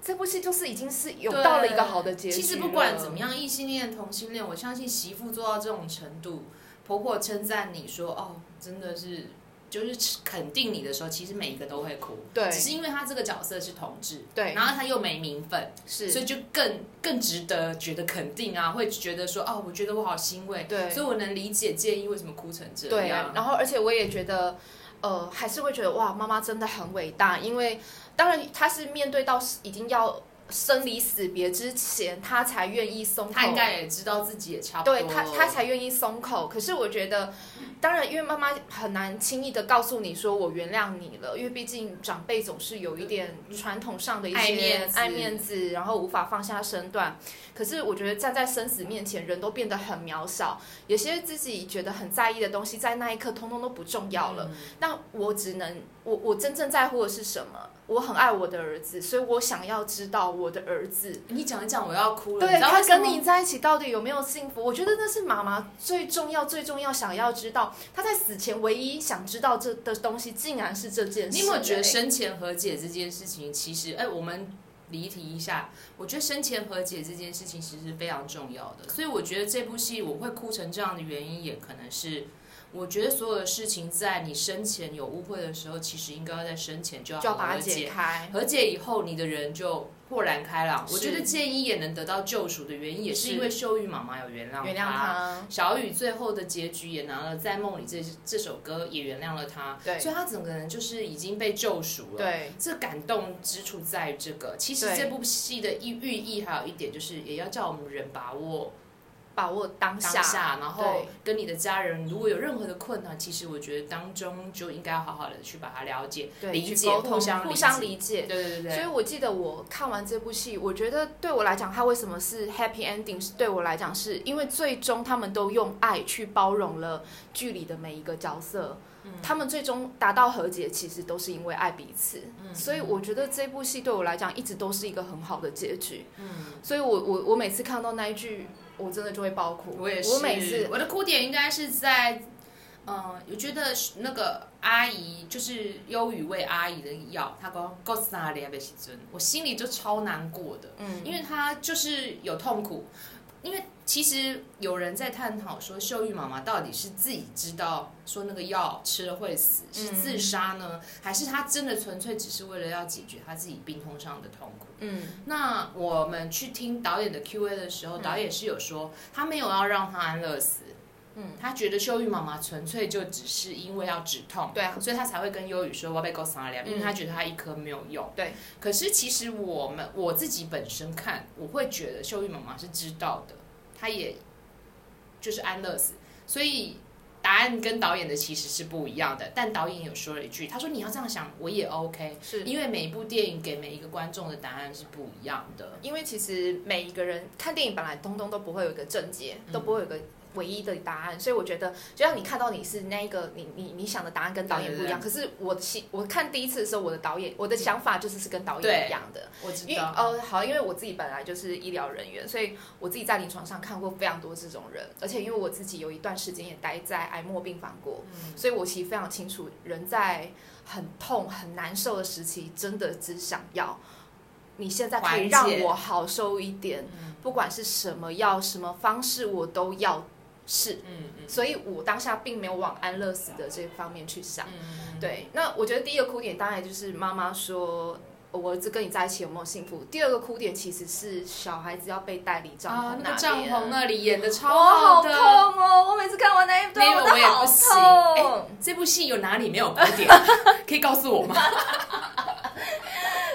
Speaker 2: 这部戏就是已经是有到了一个好的结局
Speaker 1: 其实
Speaker 2: 了。
Speaker 1: 不管怎么样，异性恋、同性恋，我相信媳妇做到这种程度，婆婆称赞你说：“哦，真的是。”就是肯定你的时候，其实每一个都会哭，
Speaker 2: 对
Speaker 1: 只是因为他这个角色是同志，
Speaker 2: 对
Speaker 1: 然后他又没名分，所
Speaker 2: 是，
Speaker 1: 以就更更值得觉得肯定啊，会觉得说哦，我觉得我好欣慰，
Speaker 2: 对
Speaker 1: 所以我能理解建议为什么哭成这
Speaker 2: 对，
Speaker 1: 样，
Speaker 2: 然后而且我也觉得，呃，还是会觉得哇，妈妈真的很伟大，因为当然她是面对到已经要生离死别之前，她才愿意松口。
Speaker 1: 他应该也知道自己也差不多，
Speaker 2: 对她，她才愿意松口。可是我觉得，当然，因为妈妈很难轻易的告诉你说我原谅你了，因为毕竟长辈总是有一点传统上的一些
Speaker 1: 爱面子
Speaker 2: 爱面子，然后无法放下身段。可是我觉得站在生死面前，人都变得很渺小，有些自己觉得很在意的东西，在那一刻通通都不重要了。
Speaker 1: 嗯
Speaker 2: 那我只能，我我真正在乎的是什么？我很爱我的儿子，所以我想要知道我的儿子
Speaker 1: 你讲一讲，我要哭了。你
Speaker 2: 对
Speaker 1: 知道
Speaker 2: 他
Speaker 1: 为什
Speaker 2: 跟
Speaker 1: 么
Speaker 2: 你在一起到底有没有幸福？我觉得那是妈妈最重要、最重要想要知道。她在死前唯一想知道这的东西，竟然是这件事、
Speaker 1: 你有没有觉得
Speaker 2: 欸
Speaker 1: 生前和解这件事情，其实哎、我们离题一下，我觉得生前和解这件事情其实是非常重要的。所以我觉得这部戏我会哭成这样的原因，也可能是我觉得所有的事情在你生前有误会的时候，其实应该要在生前就要
Speaker 2: 就要把
Speaker 1: 和
Speaker 2: 它解
Speaker 1: 解。
Speaker 2: 开？
Speaker 1: 和解以后，你的人就豁然开朗。我
Speaker 2: 是
Speaker 1: 觉得建一也能得到救赎的原因，也是
Speaker 2: 是
Speaker 1: 因为秀玉妈妈有原谅
Speaker 2: 原谅他，
Speaker 1: 小雨最后的结局也拿了《在梦里这》这首歌，也原谅了他，
Speaker 2: 对
Speaker 1: 所以他整个人就是已经被救赎了。，
Speaker 2: 对，
Speaker 1: 这感动之处在于这个。其实
Speaker 2: 对
Speaker 1: 这部戏的寓寓意还有一点就是，也要叫我们人把握
Speaker 2: 把握当
Speaker 1: 当
Speaker 2: 下。
Speaker 1: 下，然后
Speaker 2: 对
Speaker 1: 跟你的家人如果有任何的困难，其实我觉得当中就应该要好好的去把它了解、
Speaker 2: 对，
Speaker 1: 理
Speaker 2: 去
Speaker 1: 解、
Speaker 2: 沟通，
Speaker 1: 互相
Speaker 2: 互
Speaker 1: 相
Speaker 2: 相
Speaker 1: 理
Speaker 2: 理解
Speaker 1: 解。。对对对对，
Speaker 2: 所以我记得我看完这部戏，我觉得对我来讲，它为什么是 happy ending？是对我来讲，是因为最终他们都用爱去包容了剧里的每一个角色，
Speaker 1: 嗯
Speaker 2: 他们最终达到和解，其实都是因为爱彼此。
Speaker 1: 嗯
Speaker 2: 所以我觉得这部戏对我来讲，一直都是一个很好的结局。
Speaker 1: 嗯
Speaker 2: 所以我我我每次看到那一句，我真的就会爆哭。
Speaker 1: 我也是，
Speaker 2: 我每次
Speaker 1: 我的哭点应该是在，嗯，我觉得是那个阿姨就是忧郁为阿姨的药，她讲够三里被时尊，我心里就超难过的，
Speaker 2: 嗯
Speaker 1: 因为她就是有痛苦，因为其实有人在探讨说秀玉妈妈到底是自己知道说那个药吃了会死，是自杀呢，
Speaker 2: 嗯
Speaker 1: 还是她真的纯粹只是为了要解决她自己病痛上的痛苦？
Speaker 2: 嗯
Speaker 1: 那我们去听导演的 Q&A 的时候，导演是有说他没有要让他安乐死，
Speaker 2: 嗯，
Speaker 1: 他觉得秀玉妈妈纯粹就只是因为要止痛，
Speaker 2: 对啊
Speaker 1: 所以他才会跟忧郁说我要被割三两，因为他觉得他一颗没有用。
Speaker 2: 嗯对，
Speaker 1: 可是其实我们我自己本身看，我会觉得秀玉妈妈是知道的，她也就是安乐死，所以。答案跟导演的其实是不一样的，但导演有说了一句，他说你要这样想，我也 OK，
Speaker 2: 是
Speaker 1: 因为每一部电影给每一个观众的答案是不一样的。
Speaker 2: 因为其实每一个人看电影本来通通都不会有一个正解，
Speaker 1: 嗯
Speaker 2: 都不会有一个唯一的答案，所以我觉得，就像你看到你是那一个你你你想的答案跟导演不一样，可是我其我看第一次的时候，我的导演我的想法就是是跟导演
Speaker 1: 对
Speaker 2: 一样的，
Speaker 1: 我知
Speaker 2: 因为
Speaker 1: 道，
Speaker 2: 呃好，因为我自己本来就是医疗人员，所以我自己在临床上看过非常多这种人，而且因为我自己有一段时间也待在癌末病房过，
Speaker 1: 嗯
Speaker 2: 所以我其实非常清楚，人在很痛很难受的时期，真的只想要你现在可以让
Speaker 1: 缓解
Speaker 2: 我好受一点，
Speaker 1: 嗯
Speaker 2: 不管是什么药什么方式，我都要试。
Speaker 1: 嗯嗯
Speaker 2: 所以我当下并没有往安乐死的这方面去想。
Speaker 1: 嗯，
Speaker 2: 对，那我觉得第一个哭点当然就是妈妈说。我儿子跟你在一起有没有幸福？第二个哭点其实是小孩子要被带离帐
Speaker 1: 啊
Speaker 2: 篷，
Speaker 1: 那个
Speaker 2: 边
Speaker 1: 帐篷那里演的超
Speaker 2: 哇
Speaker 1: 好
Speaker 2: 好
Speaker 1: 的，
Speaker 2: 痛哦！我每次看完那一段，
Speaker 1: 那个
Speaker 2: 都
Speaker 1: 我也哎
Speaker 2: 好哦
Speaker 1: 不行。
Speaker 2: 痛。
Speaker 1: 这部戏有哪里没有哭点？ [LAUGHS] 可以告诉我吗？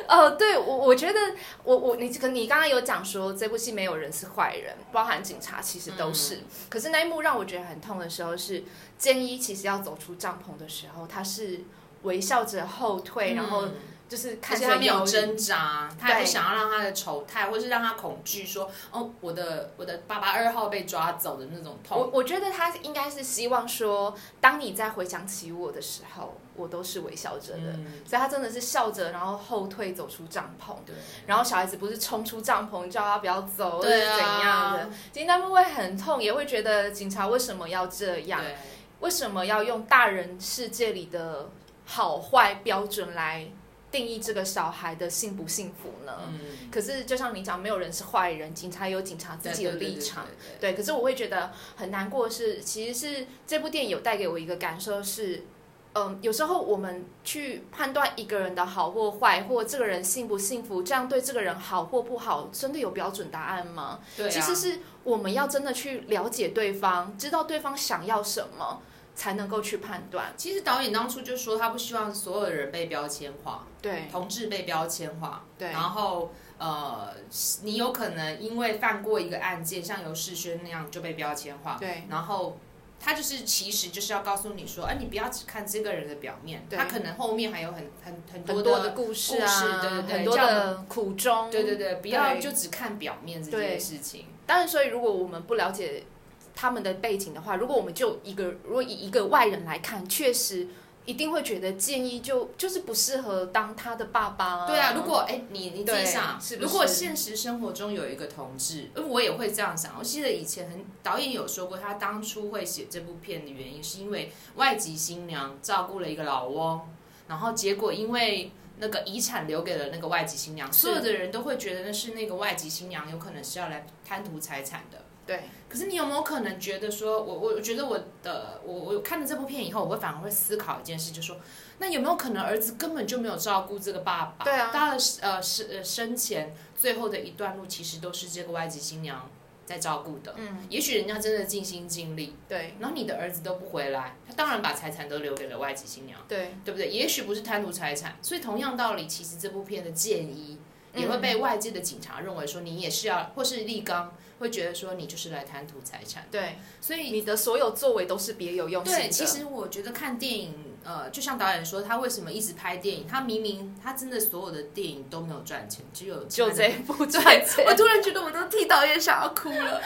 Speaker 2: 哦，对我我觉得我我你这个你刚刚有讲说这部戏没有人是坏人，包含警察其实都是。
Speaker 1: 嗯
Speaker 2: 可是那一幕让我觉得很痛的时候是，建一其实要走出帐篷的时候，他是微笑着后退，然后
Speaker 1: 嗯
Speaker 2: 就是
Speaker 1: 而
Speaker 2: 看
Speaker 1: 且
Speaker 2: 着
Speaker 1: 他没有
Speaker 2: 忧郁
Speaker 1: 挣扎，他也不
Speaker 2: 对
Speaker 1: 想要让他的丑态，或是让他恐惧说，哦，我的我的爸爸二号被抓走的那种
Speaker 2: 我
Speaker 1: 痛。
Speaker 2: 我觉得他应该是希望说，当你再回想起我的时候，我都是微笑着的。
Speaker 1: 嗯，
Speaker 2: 所以他真的是笑着，然后后退走出帐篷。
Speaker 1: 对，
Speaker 2: 然后小孩子不是冲出帐篷叫他不要走，或者
Speaker 1: 对
Speaker 2: 是
Speaker 1: 啊
Speaker 2: 怎样的，其实他们会很痛，也会觉得警察为什么要这样？
Speaker 1: 对，
Speaker 2: 为什么要用大人世界里的好坏标准来定义这个小孩的幸不幸福呢？
Speaker 1: 嗯，
Speaker 2: 可是就像你讲，没有人是坏人，警察有警察自己的
Speaker 1: 对
Speaker 2: 立场。，
Speaker 1: 对对对对
Speaker 2: 对，可是我会觉得很难过的是，其实是这部电影有带给我一个感受是，嗯，有时候我们去判断一个人的好或坏，或这个人幸不幸福，这样对这个人好或不好，真的有标准答案吗？
Speaker 1: 对啊
Speaker 2: 其实是我们要真的去了解对方，知道对方想要什么，才能够去判断。
Speaker 1: 其实导演当初就说，他不希望所有人被标签化，
Speaker 2: 对
Speaker 1: 同志被标签化，
Speaker 2: 对
Speaker 1: 然后呃，你有可能因为犯过一个案件，像尤世轩那样就被标签化，
Speaker 2: 对
Speaker 1: 然后他就是其实就是要告诉你说，哎、你不要只看这个人的表面，
Speaker 2: 对
Speaker 1: 他可能后面还有很很很
Speaker 2: 很
Speaker 1: 多
Speaker 2: 多
Speaker 1: 的。
Speaker 2: 的故事
Speaker 1: 故事
Speaker 2: 啊，
Speaker 1: 对对对
Speaker 2: 很多
Speaker 1: 这样
Speaker 2: 的苦衷，
Speaker 1: 对对对，不要
Speaker 2: 对
Speaker 1: 就只看表面这
Speaker 2: 对
Speaker 1: 件事情。
Speaker 2: 当然，所以如果我们不了解他们的背景的话，如果我们就一个，如果以一个外人来看，确实一定会觉得建议就就是不适合当他的爸爸、
Speaker 1: 对啊，如果哎、你你自己
Speaker 2: 对
Speaker 1: 想，
Speaker 2: 是不
Speaker 1: 如果
Speaker 2: 是
Speaker 1: 现实生活中有一个同志，呃我也会这样想。我记得以前很导演有说过，他当初会写这部片的原因，是因为外籍新娘照顾了一个老翁，然后结果因为。那个遗产留给了那个外籍新娘，
Speaker 2: 是
Speaker 1: 所有的人都会觉得那是那个外籍新娘有可能是要来贪图财产的。
Speaker 2: 对
Speaker 1: 可是你有没有可能觉得说，我我我觉得我的我我看了这部片以后，我会反而会思考一件事，就说那有没有可能儿子根本就没有照顾这个爸爸？
Speaker 2: 对啊
Speaker 1: 他的呃是呃生前最后的一段路，其实都是这个外籍新娘在照顾的。
Speaker 2: 嗯，
Speaker 1: 也许人家真的尽心尽力，
Speaker 2: 对
Speaker 1: 然后你的儿子都不回来，他当然把财产都留给了外籍新娘，
Speaker 2: 对
Speaker 1: 对不对？也许不是贪图财产，所以同样道理，其实这部片的建议也会被外界的警察认为说你也是要，或是立刚会觉得说你就是来贪图财产的。
Speaker 2: 对，
Speaker 1: 所以
Speaker 2: 你的所有作为都是别有用心的。
Speaker 1: 对，其实我觉得看电影，呃，就像导演说，他为什么一直拍电影？他明明他真的所有的电影都没有赚钱，只有
Speaker 2: 就这一部
Speaker 1: 对
Speaker 2: 赚
Speaker 1: [LAUGHS]
Speaker 2: 钱，
Speaker 1: 我突然觉得我都替导演想要哭了，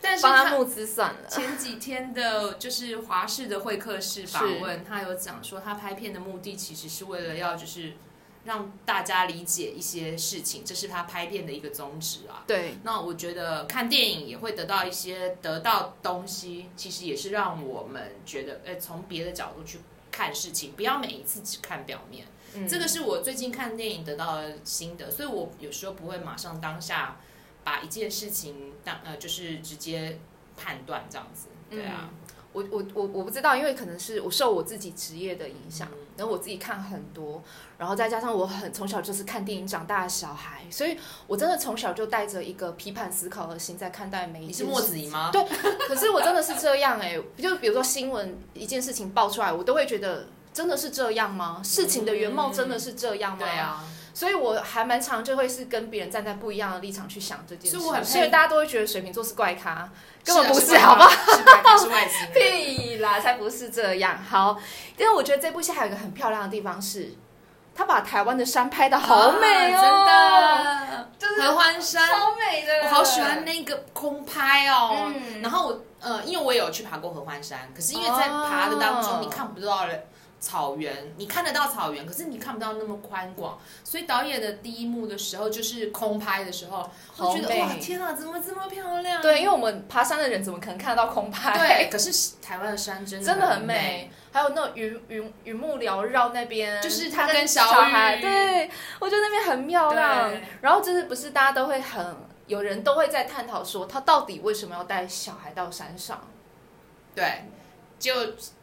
Speaker 1: 但是
Speaker 2: 帮
Speaker 1: 他
Speaker 2: 他募资算了。
Speaker 1: 前几天的，就是华视的会客室访
Speaker 2: 是
Speaker 1: 问，他有讲说，他拍片的目的其实是为了要就是让大家理解一些事情，这是他拍片的一个宗旨啊。
Speaker 2: 对
Speaker 1: 那我觉得看电影也会得到一些得到东西，其实也是让我们觉得，呃，从别的角度去看事情，不要每一次只看表面。
Speaker 2: 嗯
Speaker 1: 这个是我最近看电影得到的心得，所以我有时候不会马上当下把一件事情当呃就是直接判断这样子，对啊，
Speaker 2: 嗯我我我我不知道，因为可能是我受我自己职业的影响
Speaker 1: 嗯，
Speaker 2: 然后我自己看很多，然后再加上我很从小就是看电影长大的小孩，所以我真的从小就带着一个批判思考的心在看待每一
Speaker 1: 你
Speaker 2: 件
Speaker 1: 是
Speaker 2: 事。
Speaker 1: 墨子怡吗？
Speaker 2: 嗯对，可是我真的是这样哎、就比如说新闻一件事情爆出来，我都会觉得真的是这样吗？事情的原貌真的是这样吗？
Speaker 1: 对，啊，
Speaker 2: 所以我还蛮常就会是跟别人站在不一样的立场去想这件事，
Speaker 1: 所以我很佩服
Speaker 2: 所以大家都会觉得水瓶座是怪咖，根
Speaker 1: 啊
Speaker 2: 本不
Speaker 1: 是外
Speaker 2: 好不好？
Speaker 1: 是外星人是外星人，
Speaker 2: 屁啦，才不是这样。好，但是我觉得这部戏还有一个很漂亮的地方是，他把台湾的山拍的好美哦、
Speaker 1: 啊
Speaker 2: 真
Speaker 1: 真的，合欢山，
Speaker 2: 超美的，
Speaker 1: 我好喜欢。那个空拍哦。
Speaker 2: 嗯
Speaker 1: 然后我呃，因为我有去爬过合欢山，可是因为在爬的当中，
Speaker 2: 哦
Speaker 1: 你看不到人草原，你看得到草原，可是你看不到那么宽广，所以导演的第一幕的时候就是空拍的时候，我
Speaker 2: 好
Speaker 1: 觉得
Speaker 2: 美
Speaker 1: 哇，天啊，怎么这么漂亮？
Speaker 2: 对，因为我们爬山的人怎么可能看得到空拍？
Speaker 1: 对，可是台湾的山真的
Speaker 2: 真的很
Speaker 1: 美
Speaker 2: 美，，还有那种云云云幕缭绕那边，
Speaker 1: 就是他跟
Speaker 2: 跟
Speaker 1: 小
Speaker 2: 孩，
Speaker 1: 雨
Speaker 2: 对我觉得那边很漂亮
Speaker 1: 对。
Speaker 2: 然后就是不是大家都会很，有人都会在探讨说，他到底为什么要带小孩到山上？
Speaker 1: 对。就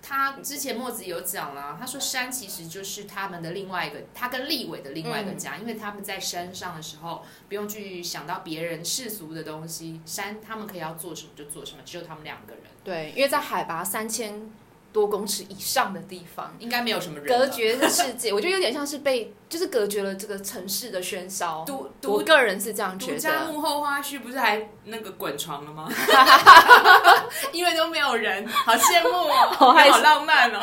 Speaker 1: 他之前墨子有讲啦、他说山其实就是他们的另外一个，他跟立伟的另外一个
Speaker 2: 嗯
Speaker 1: 家，因为他们在山上的时候不用去想到别人世俗的东西，山他们可以要做什么就做什么，只有他们两个人，
Speaker 2: 对，因为在海拔三千多公尺以上的地方，
Speaker 1: 应该没有什么人了
Speaker 2: 隔绝的世界， [LAUGHS] 我觉得有点像是被就是隔绝了这个城市的喧嚣。
Speaker 1: 独
Speaker 2: 哦我
Speaker 1: 独
Speaker 2: 个人是这样
Speaker 1: 独
Speaker 2: 觉
Speaker 1: 家
Speaker 2: 得，
Speaker 1: 幕后花絮不是还那个滚床了吗？ [LAUGHS] 因为都没有人，好羡慕哦，
Speaker 2: [LAUGHS] 好害羞
Speaker 1: 好浪漫哦。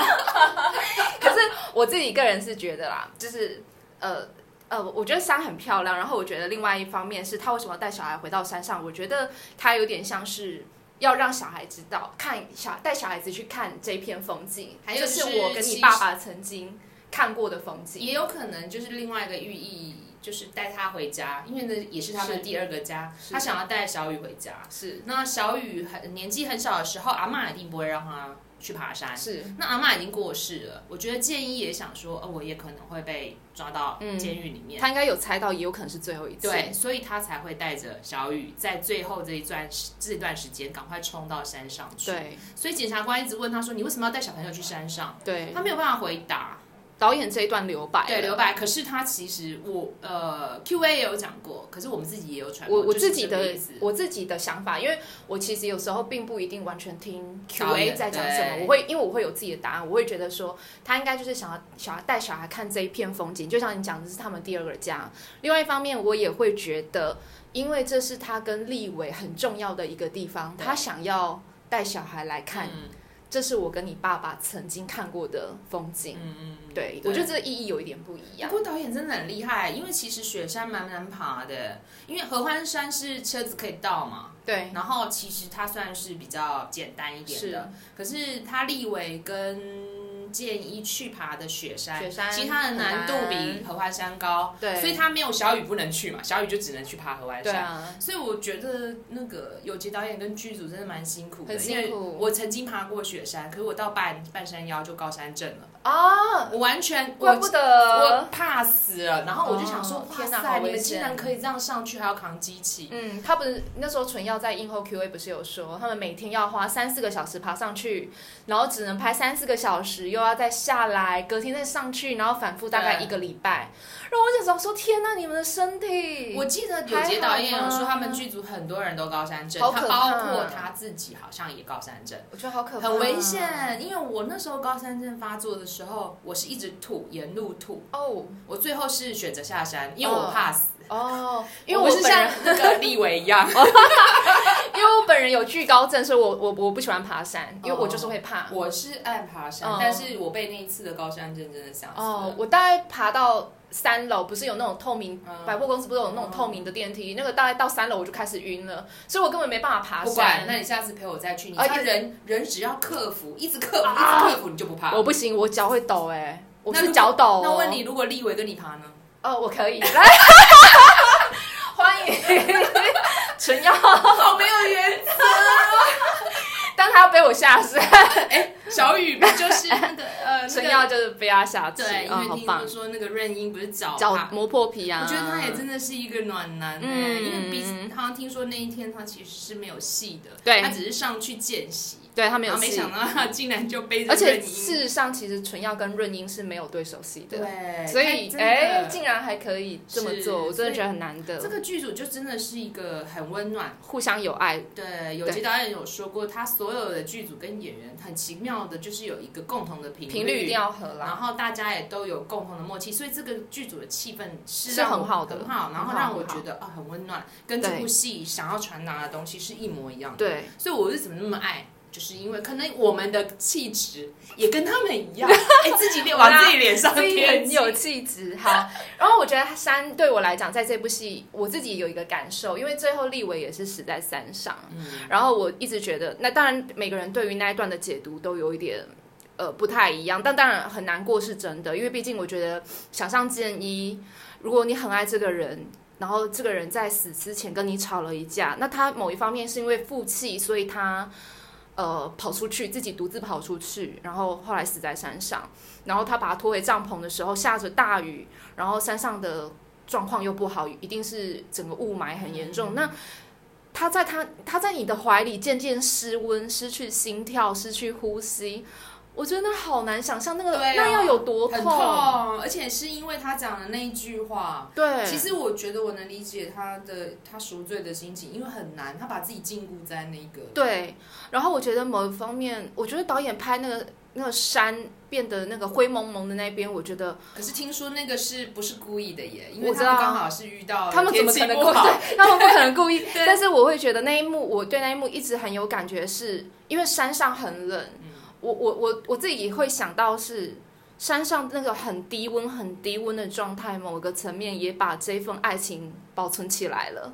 Speaker 2: 可是我自己个人是觉得啦，就是。呃呃，我觉得山很漂亮，然后我觉得另外一方面是他为什么要带小孩回到山上，我觉得他有点像是。要让小孩知道，看小带小孩子去看这片风景，
Speaker 1: 还有
Speaker 2: 就是是我跟
Speaker 1: 其
Speaker 2: 你
Speaker 1: 实
Speaker 2: 爸爸曾经看过的风景。
Speaker 1: 也有可能就是另外一个寓意，就是带他回家，因为呢也是他们
Speaker 2: 是
Speaker 1: 第二个家，
Speaker 2: 是
Speaker 1: 他想要带小雨回家。
Speaker 2: 是
Speaker 1: 那小雨很年纪很小的时候，阿嬷一定不会让他去爬山。
Speaker 2: 是，
Speaker 1: 那阿嬷已经过世了，我觉得建议也想说，哦，我也可能会被抓到
Speaker 2: 嗯
Speaker 1: 监狱里面。
Speaker 2: 他应该有猜到，也有可能是最后一次。
Speaker 1: 对，，所以他才会带着小雨在最后这一段时这段时间赶快冲到山上去。，
Speaker 2: 对，
Speaker 1: 所以检察官一直问他说：“你为什么要带小朋友去山上？”
Speaker 2: 对
Speaker 1: 他，没有办法回答。
Speaker 2: 导演这一段留白了。
Speaker 1: 对，留白。可是他其实我呃 Q&A 也有讲过，可是我们自己也有传过。
Speaker 2: 我我
Speaker 1: 就是
Speaker 2: 自己
Speaker 1: 这个
Speaker 2: 的
Speaker 1: 意思
Speaker 2: 我自己的想法，因为我其实有时候并不一定完全听
Speaker 1: 导
Speaker 2: Q&A
Speaker 1: 演
Speaker 2: 在讲什么，
Speaker 1: 对
Speaker 2: 我会因为我会有自己的答案，我会觉得说他应该就是想要想要带小孩看这一片风景，就像你讲的是他们第二个家。另外一方面，我也会觉得，因为这是他跟立伟很重要的一个地方，
Speaker 1: 对
Speaker 2: 他想要带小孩来看，
Speaker 1: 嗯
Speaker 2: 这是我跟你爸爸曾经看过的风景。
Speaker 1: 嗯嗯嗯
Speaker 2: 对，我觉得这个意义有一点不一样
Speaker 1: 不。过导演真的很厉害，因为其实雪山蛮难爬的，因为合欢山是车子可以到嘛，
Speaker 2: 对，
Speaker 1: 然后其实它算是比较简单一点
Speaker 2: 是
Speaker 1: 的，可是它立伟跟建一去爬的雪山，
Speaker 2: 雪山
Speaker 1: 其实它的难度
Speaker 2: 很
Speaker 1: 比
Speaker 2: 难
Speaker 1: 合欢山高，
Speaker 2: 对
Speaker 1: 所以它没有小雨不能去嘛，小雨就只能去爬合欢
Speaker 2: 对
Speaker 1: 山。
Speaker 2: 啊。
Speaker 1: 所以我觉得那个有杰导演跟剧组真的蛮辛苦的，
Speaker 2: 很辛苦
Speaker 1: 因为我曾经爬过雪山，可是我到半半山腰就高山症了，
Speaker 2: 哦，
Speaker 1: 我完全
Speaker 2: 怪
Speaker 1: 我
Speaker 2: 不
Speaker 1: 我
Speaker 2: 得，
Speaker 1: 怕死了。然后我就想说，
Speaker 2: 哦
Speaker 1: 哇
Speaker 2: 天哪
Speaker 1: 塞，
Speaker 2: 好危
Speaker 1: 你们竟
Speaker 2: 险
Speaker 1: 然可以这样上去，还要扛机器。
Speaker 2: 嗯，他不是那时候纯耀在映后 Q&A 不是有说，他们每天要花三四个小时爬上去，然后只能拍三四个小时，又要再下来，隔天再上去，然后反复大概
Speaker 1: 对
Speaker 2: 一个礼拜。然后我就想说，天呐，你们的身体，
Speaker 1: 我记得有杰导演有说，他们剧组很多人都高山症，
Speaker 2: 好
Speaker 1: 他
Speaker 2: 可
Speaker 1: 包
Speaker 2: 怕
Speaker 1: 括他自己好像也高山症，
Speaker 2: 我觉得好可怕，啊
Speaker 1: 很危。险。因为我那时候高山症发作的时候，我是一直吐，沿路吐。
Speaker 2: 哦
Speaker 1: 我最后是选择下山，因为我怕死，
Speaker 2: 哦，因为
Speaker 1: 我
Speaker 2: 我
Speaker 1: 不是
Speaker 2: 本
Speaker 1: 像
Speaker 2: 人，
Speaker 1: 那个立伟一样，
Speaker 2: 因为我本人有惧高症，所以我我我不喜欢爬山，因为我就是会怕。
Speaker 1: [LAUGHS] 我是爱爬山，
Speaker 2: 嗯
Speaker 1: 但是我被那一次的高山症真的吓死
Speaker 2: 哦
Speaker 1: 了。，
Speaker 2: 我大概爬到三楼，不是有那种透明
Speaker 1: 嗯
Speaker 2: 百货公司不是有那种透明的电梯？那个大概到三楼我就开始晕了，所以我根本没办法爬
Speaker 1: 不管，
Speaker 2: 山。
Speaker 1: 那你下次陪我再去。你
Speaker 2: 啊
Speaker 1: 看
Speaker 2: 一
Speaker 1: 人人只要克服，一直克服，
Speaker 2: 啊
Speaker 1: 一直克服，你就不怕。
Speaker 2: 我不行，我脚会抖哎、我
Speaker 1: 那如
Speaker 2: 是
Speaker 1: 果
Speaker 2: 脚抖、哦。
Speaker 1: 那问你，，如果立伟跟你
Speaker 2: [LAUGHS]
Speaker 1: 爬呢？
Speaker 2: 哦，
Speaker 1: [LAUGHS]
Speaker 2: 我可以，来，欢迎 [LAUGHS] 陈耀，哦
Speaker 1: 好没有原
Speaker 2: 但他要被我吓死，
Speaker 1: 小雨不就是那
Speaker 2: [LAUGHS]
Speaker 1: 个呃，
Speaker 2: 陈
Speaker 1: 那
Speaker 2: 耀
Speaker 1: 个
Speaker 2: 就是被他吓死，
Speaker 1: 对，因
Speaker 2: 嗯，好
Speaker 1: 为听
Speaker 2: 棒，
Speaker 1: 说那个润英不是脚
Speaker 2: 脚
Speaker 1: 怕，
Speaker 2: 磨破皮
Speaker 1: 我
Speaker 2: 啊。
Speaker 1: 觉得他也真的是一个暖男哎、
Speaker 2: 嗯
Speaker 1: 因为毕好像听说那一天他其实是没有戏的，
Speaker 2: 对
Speaker 1: 他只是上去见习，
Speaker 2: 对他没
Speaker 1: 然后
Speaker 2: 有
Speaker 1: 没
Speaker 2: 戏
Speaker 1: 想，到他竟然就背着
Speaker 2: 而且
Speaker 1: 润英
Speaker 2: 事实上其实纯耀跟润英是没有对手戏的。
Speaker 1: 对，
Speaker 2: 所以
Speaker 1: 他真的
Speaker 2: 哎、竟然还可以这么
Speaker 1: 是
Speaker 2: 做，我真
Speaker 1: 所
Speaker 2: 的
Speaker 1: 以
Speaker 2: 觉得很难得。
Speaker 1: 这个剧组就真的是一个很温暖。
Speaker 2: 互相有爱，
Speaker 1: 对，有
Speaker 2: 对
Speaker 1: 些导演有说过，他所有的剧组跟演员很奇妙的，就是有一个共同的频
Speaker 2: 频率一定要合啦。
Speaker 1: 然后大家也都有共同的默契，所以这个剧组的气氛是
Speaker 2: 是
Speaker 1: 让我
Speaker 2: 很好的
Speaker 1: 很好，然后
Speaker 2: 很好
Speaker 1: 让我
Speaker 2: 很好
Speaker 1: 觉得啊很温暖，跟这
Speaker 2: 对
Speaker 1: 部戏想要传达的东西是一模一样的。
Speaker 2: 对，
Speaker 1: 所以我为什么那么爱，就是因为可能我们的气质也跟他们
Speaker 2: [LAUGHS]
Speaker 1: 一样，哎，自己脸往自己脸上
Speaker 2: 所以
Speaker 1: 贴
Speaker 2: 很
Speaker 1: 金，
Speaker 2: 有气质。
Speaker 1: [LAUGHS]
Speaker 2: 好，然后我觉得山对我来讲，在这部戏我自己有一个感受，因为最后立伟也是死在山上，
Speaker 1: 嗯，
Speaker 2: 然后我一直觉得，那当然每个人对于那一段的解读都有一点。呃，不太一样，但当然很难过是真的，因为毕竟我觉得想象建一，如果你很爱这个人，然后这个人在死之前跟你吵了一架，那他某一方面是因为负气，所以他呃跑出去，自己独自跑出去，然后后来死在山上，然后他把他拖回帐篷的时候下着大雨，然后山上的状况又不好，一定是整个雾霾很严重。
Speaker 1: 嗯
Speaker 2: 那他在他他在你的怀里渐渐失温，失去心跳，失去呼吸，我觉得那好难想象那个、
Speaker 1: 对啊
Speaker 2: 那要有多
Speaker 1: 很痛，而且是因为他讲的那一句话。
Speaker 2: 对，
Speaker 1: 其实我觉得我能理解他的他赎罪的心情，因为很难，他把自己禁锢在那个
Speaker 2: 对，然后我觉得某一方面，我觉得导演拍那个那个山变得那个灰蒙蒙的那边，我觉得
Speaker 1: 可是听说那个是不是故意的耶？因为
Speaker 2: 我
Speaker 1: 他
Speaker 2: 知道
Speaker 1: 们
Speaker 2: 啊
Speaker 1: 刚好是遇到
Speaker 2: 他们怎
Speaker 1: 哦天
Speaker 2: 么
Speaker 1: 气
Speaker 2: 可能
Speaker 1: 不
Speaker 2: 故意？
Speaker 1: 好，。
Speaker 2: [LAUGHS] 对他们不可能故意
Speaker 1: [LAUGHS] 对
Speaker 2: 但是我会觉得那一幕，我对那一幕一直很有感觉是，因为山上很冷。
Speaker 1: 嗯
Speaker 2: 我我我我自己会想到是，山上那个很低温、很低温的状态，某个层面也把这份爱情保存起来了。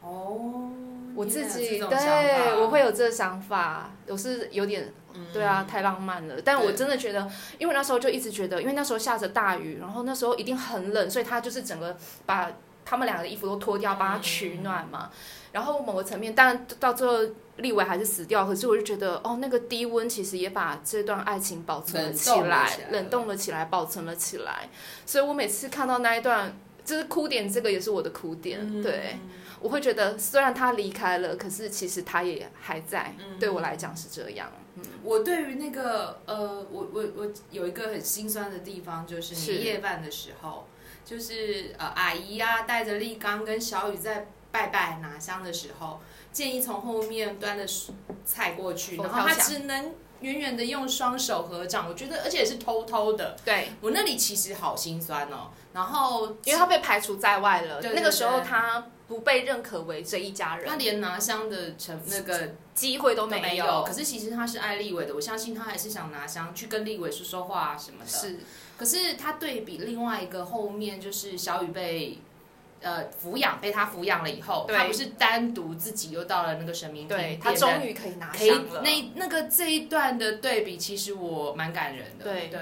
Speaker 1: 哦，
Speaker 2: 我
Speaker 1: 你也
Speaker 2: 自
Speaker 1: 有
Speaker 2: 己
Speaker 1: 这种想法嗯
Speaker 2: 对我会有这个想法，我是有点对啊，太浪漫了。但我真的觉得，因为那时候就一直觉得，因为那时候下着大雨，然后那时候一定很冷，所以他就是整个把他们两个的衣服都脱掉，
Speaker 1: 嗯
Speaker 2: 帮他取暖嘛。然后某个层面，当然到最后立伟还是死掉，可是我就觉得，哦，那个低温其实也把这段爱情保存了
Speaker 1: 冷
Speaker 2: 起
Speaker 1: 冻了
Speaker 2: 来
Speaker 1: 起，来
Speaker 2: 冷冻了起来，保存了起来。所以我每次看到那一段，就是哭点，这个也是我的哭点，
Speaker 1: 嗯
Speaker 2: 对。我会觉得，虽然他离开了，可是其实他也还在。对我来讲是这样。嗯
Speaker 1: 我对于那个呃，我我我有一个很心酸的地方，就是
Speaker 2: 是
Speaker 1: 你夜半的时候，就是呃阿姨啊带着立刚跟小雨在拜拜拿香的时候，建议从后面端着菜过去，
Speaker 2: 佛
Speaker 1: 然
Speaker 2: 跳
Speaker 1: 后他
Speaker 2: 墙
Speaker 1: 只能远远的用双手合掌，我觉得而且也是偷偷的，
Speaker 2: 对，
Speaker 1: 我那里其实好心酸哦。然后
Speaker 2: 因为他被排除在外了。
Speaker 1: 对
Speaker 2: 那个
Speaker 1: 对
Speaker 2: 时候
Speaker 1: 对
Speaker 2: 他不被认可为这一家
Speaker 1: 他
Speaker 2: 人，
Speaker 1: 连拿香的成那个
Speaker 2: 机会都
Speaker 1: 都没
Speaker 2: 没
Speaker 1: 有，可是其实他是爱立伟的，我相信他还是想拿香去跟立伟说说话啊什么的。
Speaker 2: 是，
Speaker 1: 可是他对比另外一个后面，就是小雨被呃抚养，被他抚养了以后，
Speaker 2: 对
Speaker 1: 他不是单独自己又到了那个神明厅
Speaker 2: 对
Speaker 1: 变
Speaker 2: 他
Speaker 1: 得
Speaker 2: 终于可以拿
Speaker 1: 可以
Speaker 2: 香了。
Speaker 1: 那那个这一段的对比，其实我蛮感人的。
Speaker 2: 对
Speaker 1: 对，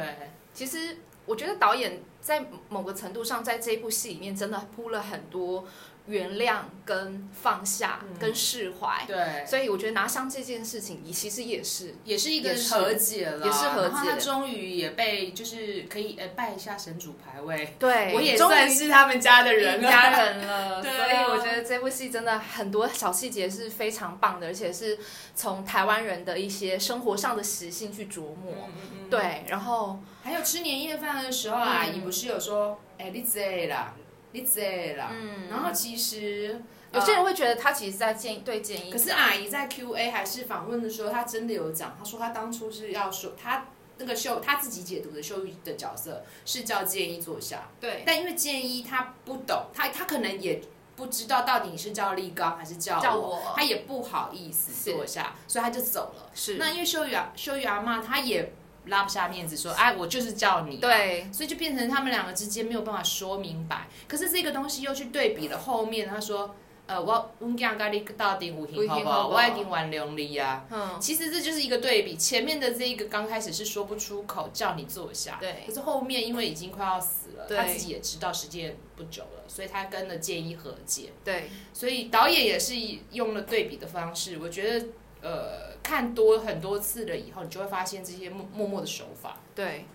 Speaker 2: 其实我觉得导演在某个程度上，在这一部戏里面真的铺了很多原谅、跟放下、
Speaker 1: 嗯
Speaker 2: 跟释怀。
Speaker 1: 对，
Speaker 2: 所以我觉得拿香这件事情，其实也是
Speaker 1: 也是一个
Speaker 2: 也是
Speaker 1: 和解了，
Speaker 2: 也是和解
Speaker 1: 然后他终于也被就是可以呃拜一下神主牌位，
Speaker 2: 对
Speaker 1: 我也
Speaker 2: 终于
Speaker 1: 算是他们家的人了。
Speaker 2: 家人了，所
Speaker 1: [LAUGHS] 对
Speaker 2: 以
Speaker 1: 啊
Speaker 2: 我觉得这部戏真的很多小细节是非常棒的，而且是从台湾人的一些生活上的习性去琢
Speaker 1: 嗯
Speaker 2: 磨。
Speaker 1: 嗯嗯
Speaker 2: 对，然后
Speaker 1: 还有吃年夜饭的时候，啊阿姨
Speaker 2: 嗯
Speaker 1: 不是有说，哎、你醉啦，你醉啦。
Speaker 2: 嗯，
Speaker 1: 啊然后其实
Speaker 2: 有些、人
Speaker 1: 呃
Speaker 2: 会觉得他其实在建对建议，
Speaker 1: 可是阿姨在 Q&A 还是访问的时候，她真的有讲，她说她当初是要说她那个秀，她自己解读的秀玉的角色是叫建议坐下，
Speaker 2: 对
Speaker 1: 但因为建议她不懂，她她可能也不知道到底是叫立刚还是叫
Speaker 2: 叫
Speaker 1: 我，
Speaker 2: 我
Speaker 1: 她也不好意思
Speaker 2: 是
Speaker 1: 坐下，所以她就走了。
Speaker 2: 是
Speaker 1: 那因为秀玉啊，秀玉阿妈她也拉不下面子说，哎，我就是叫你，
Speaker 2: 对
Speaker 1: 所以就变成他们两个之间没有办法说明白。可是这个东西又去对比了后面，他说，呃，我我囝跟你到底有型好不好？我嗯已经原谅你啊。
Speaker 2: 嗯
Speaker 1: 其实这就是一个对比，前面的这一个刚开始是说不出口，叫你坐下。
Speaker 2: 对
Speaker 1: 可是后面因为已经快要死了，
Speaker 2: 对
Speaker 1: 他自己也知道时间不久了，所以他跟了建议和解。
Speaker 2: 对
Speaker 1: 所以导演也是用了对比的方式，我觉得，呃，看多很多次了以后，你就会发现这些默默默的手法。
Speaker 2: 对，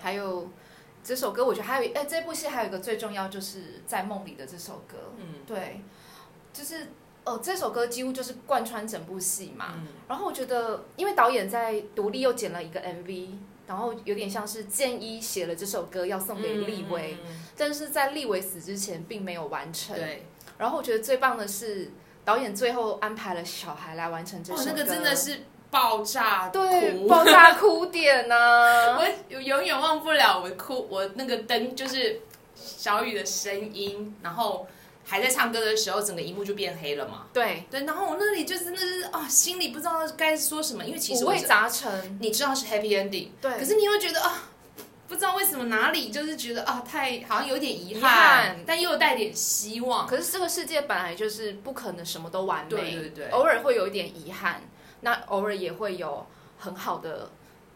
Speaker 2: 还有。这首歌我觉得还有，哎，这部戏还有一个最重要就是在梦里的这首歌，
Speaker 1: 嗯
Speaker 2: 对，就是哦，这首歌几乎就是贯穿整部戏嘛。
Speaker 1: 嗯
Speaker 2: 然后我觉得，因为导演在独立又剪了一个 MV，然后有点像是建一写了这首歌要送给立维，
Speaker 1: 嗯嗯嗯嗯
Speaker 2: 但是在立维死之前并没有完成。
Speaker 1: 对，
Speaker 2: 然后我觉得最棒的是，导演最后安排了小孩来完成这首
Speaker 1: 哦，
Speaker 2: 歌，
Speaker 1: 那个真的是爆炸哭
Speaker 2: 对爆炸哭点啊
Speaker 1: [LAUGHS]
Speaker 2: 呢、
Speaker 1: 我永远忘不了我哭，我那个灯就是小雨的声音，然后还在唱歌的时候，整个荧幕就变黑了嘛。
Speaker 2: 对，
Speaker 1: 对，然后我那里就真的是啊、心里不知道该说什么，因为其实
Speaker 2: 五
Speaker 1: 我
Speaker 2: 味
Speaker 1: 是
Speaker 2: 杂陈。
Speaker 1: 你知道是 happy ending，
Speaker 2: 对，
Speaker 1: 可是你又觉得啊。不知道为什么哪里就是觉得啊，太好像有点遗
Speaker 2: 遗
Speaker 1: 憾，
Speaker 2: 憾
Speaker 1: 但又带点希望。
Speaker 2: 可是这个世界本来就是不可能什么都完美，
Speaker 1: 对对对
Speaker 2: 偶尔会有一点遗憾，那偶尔也会有很好的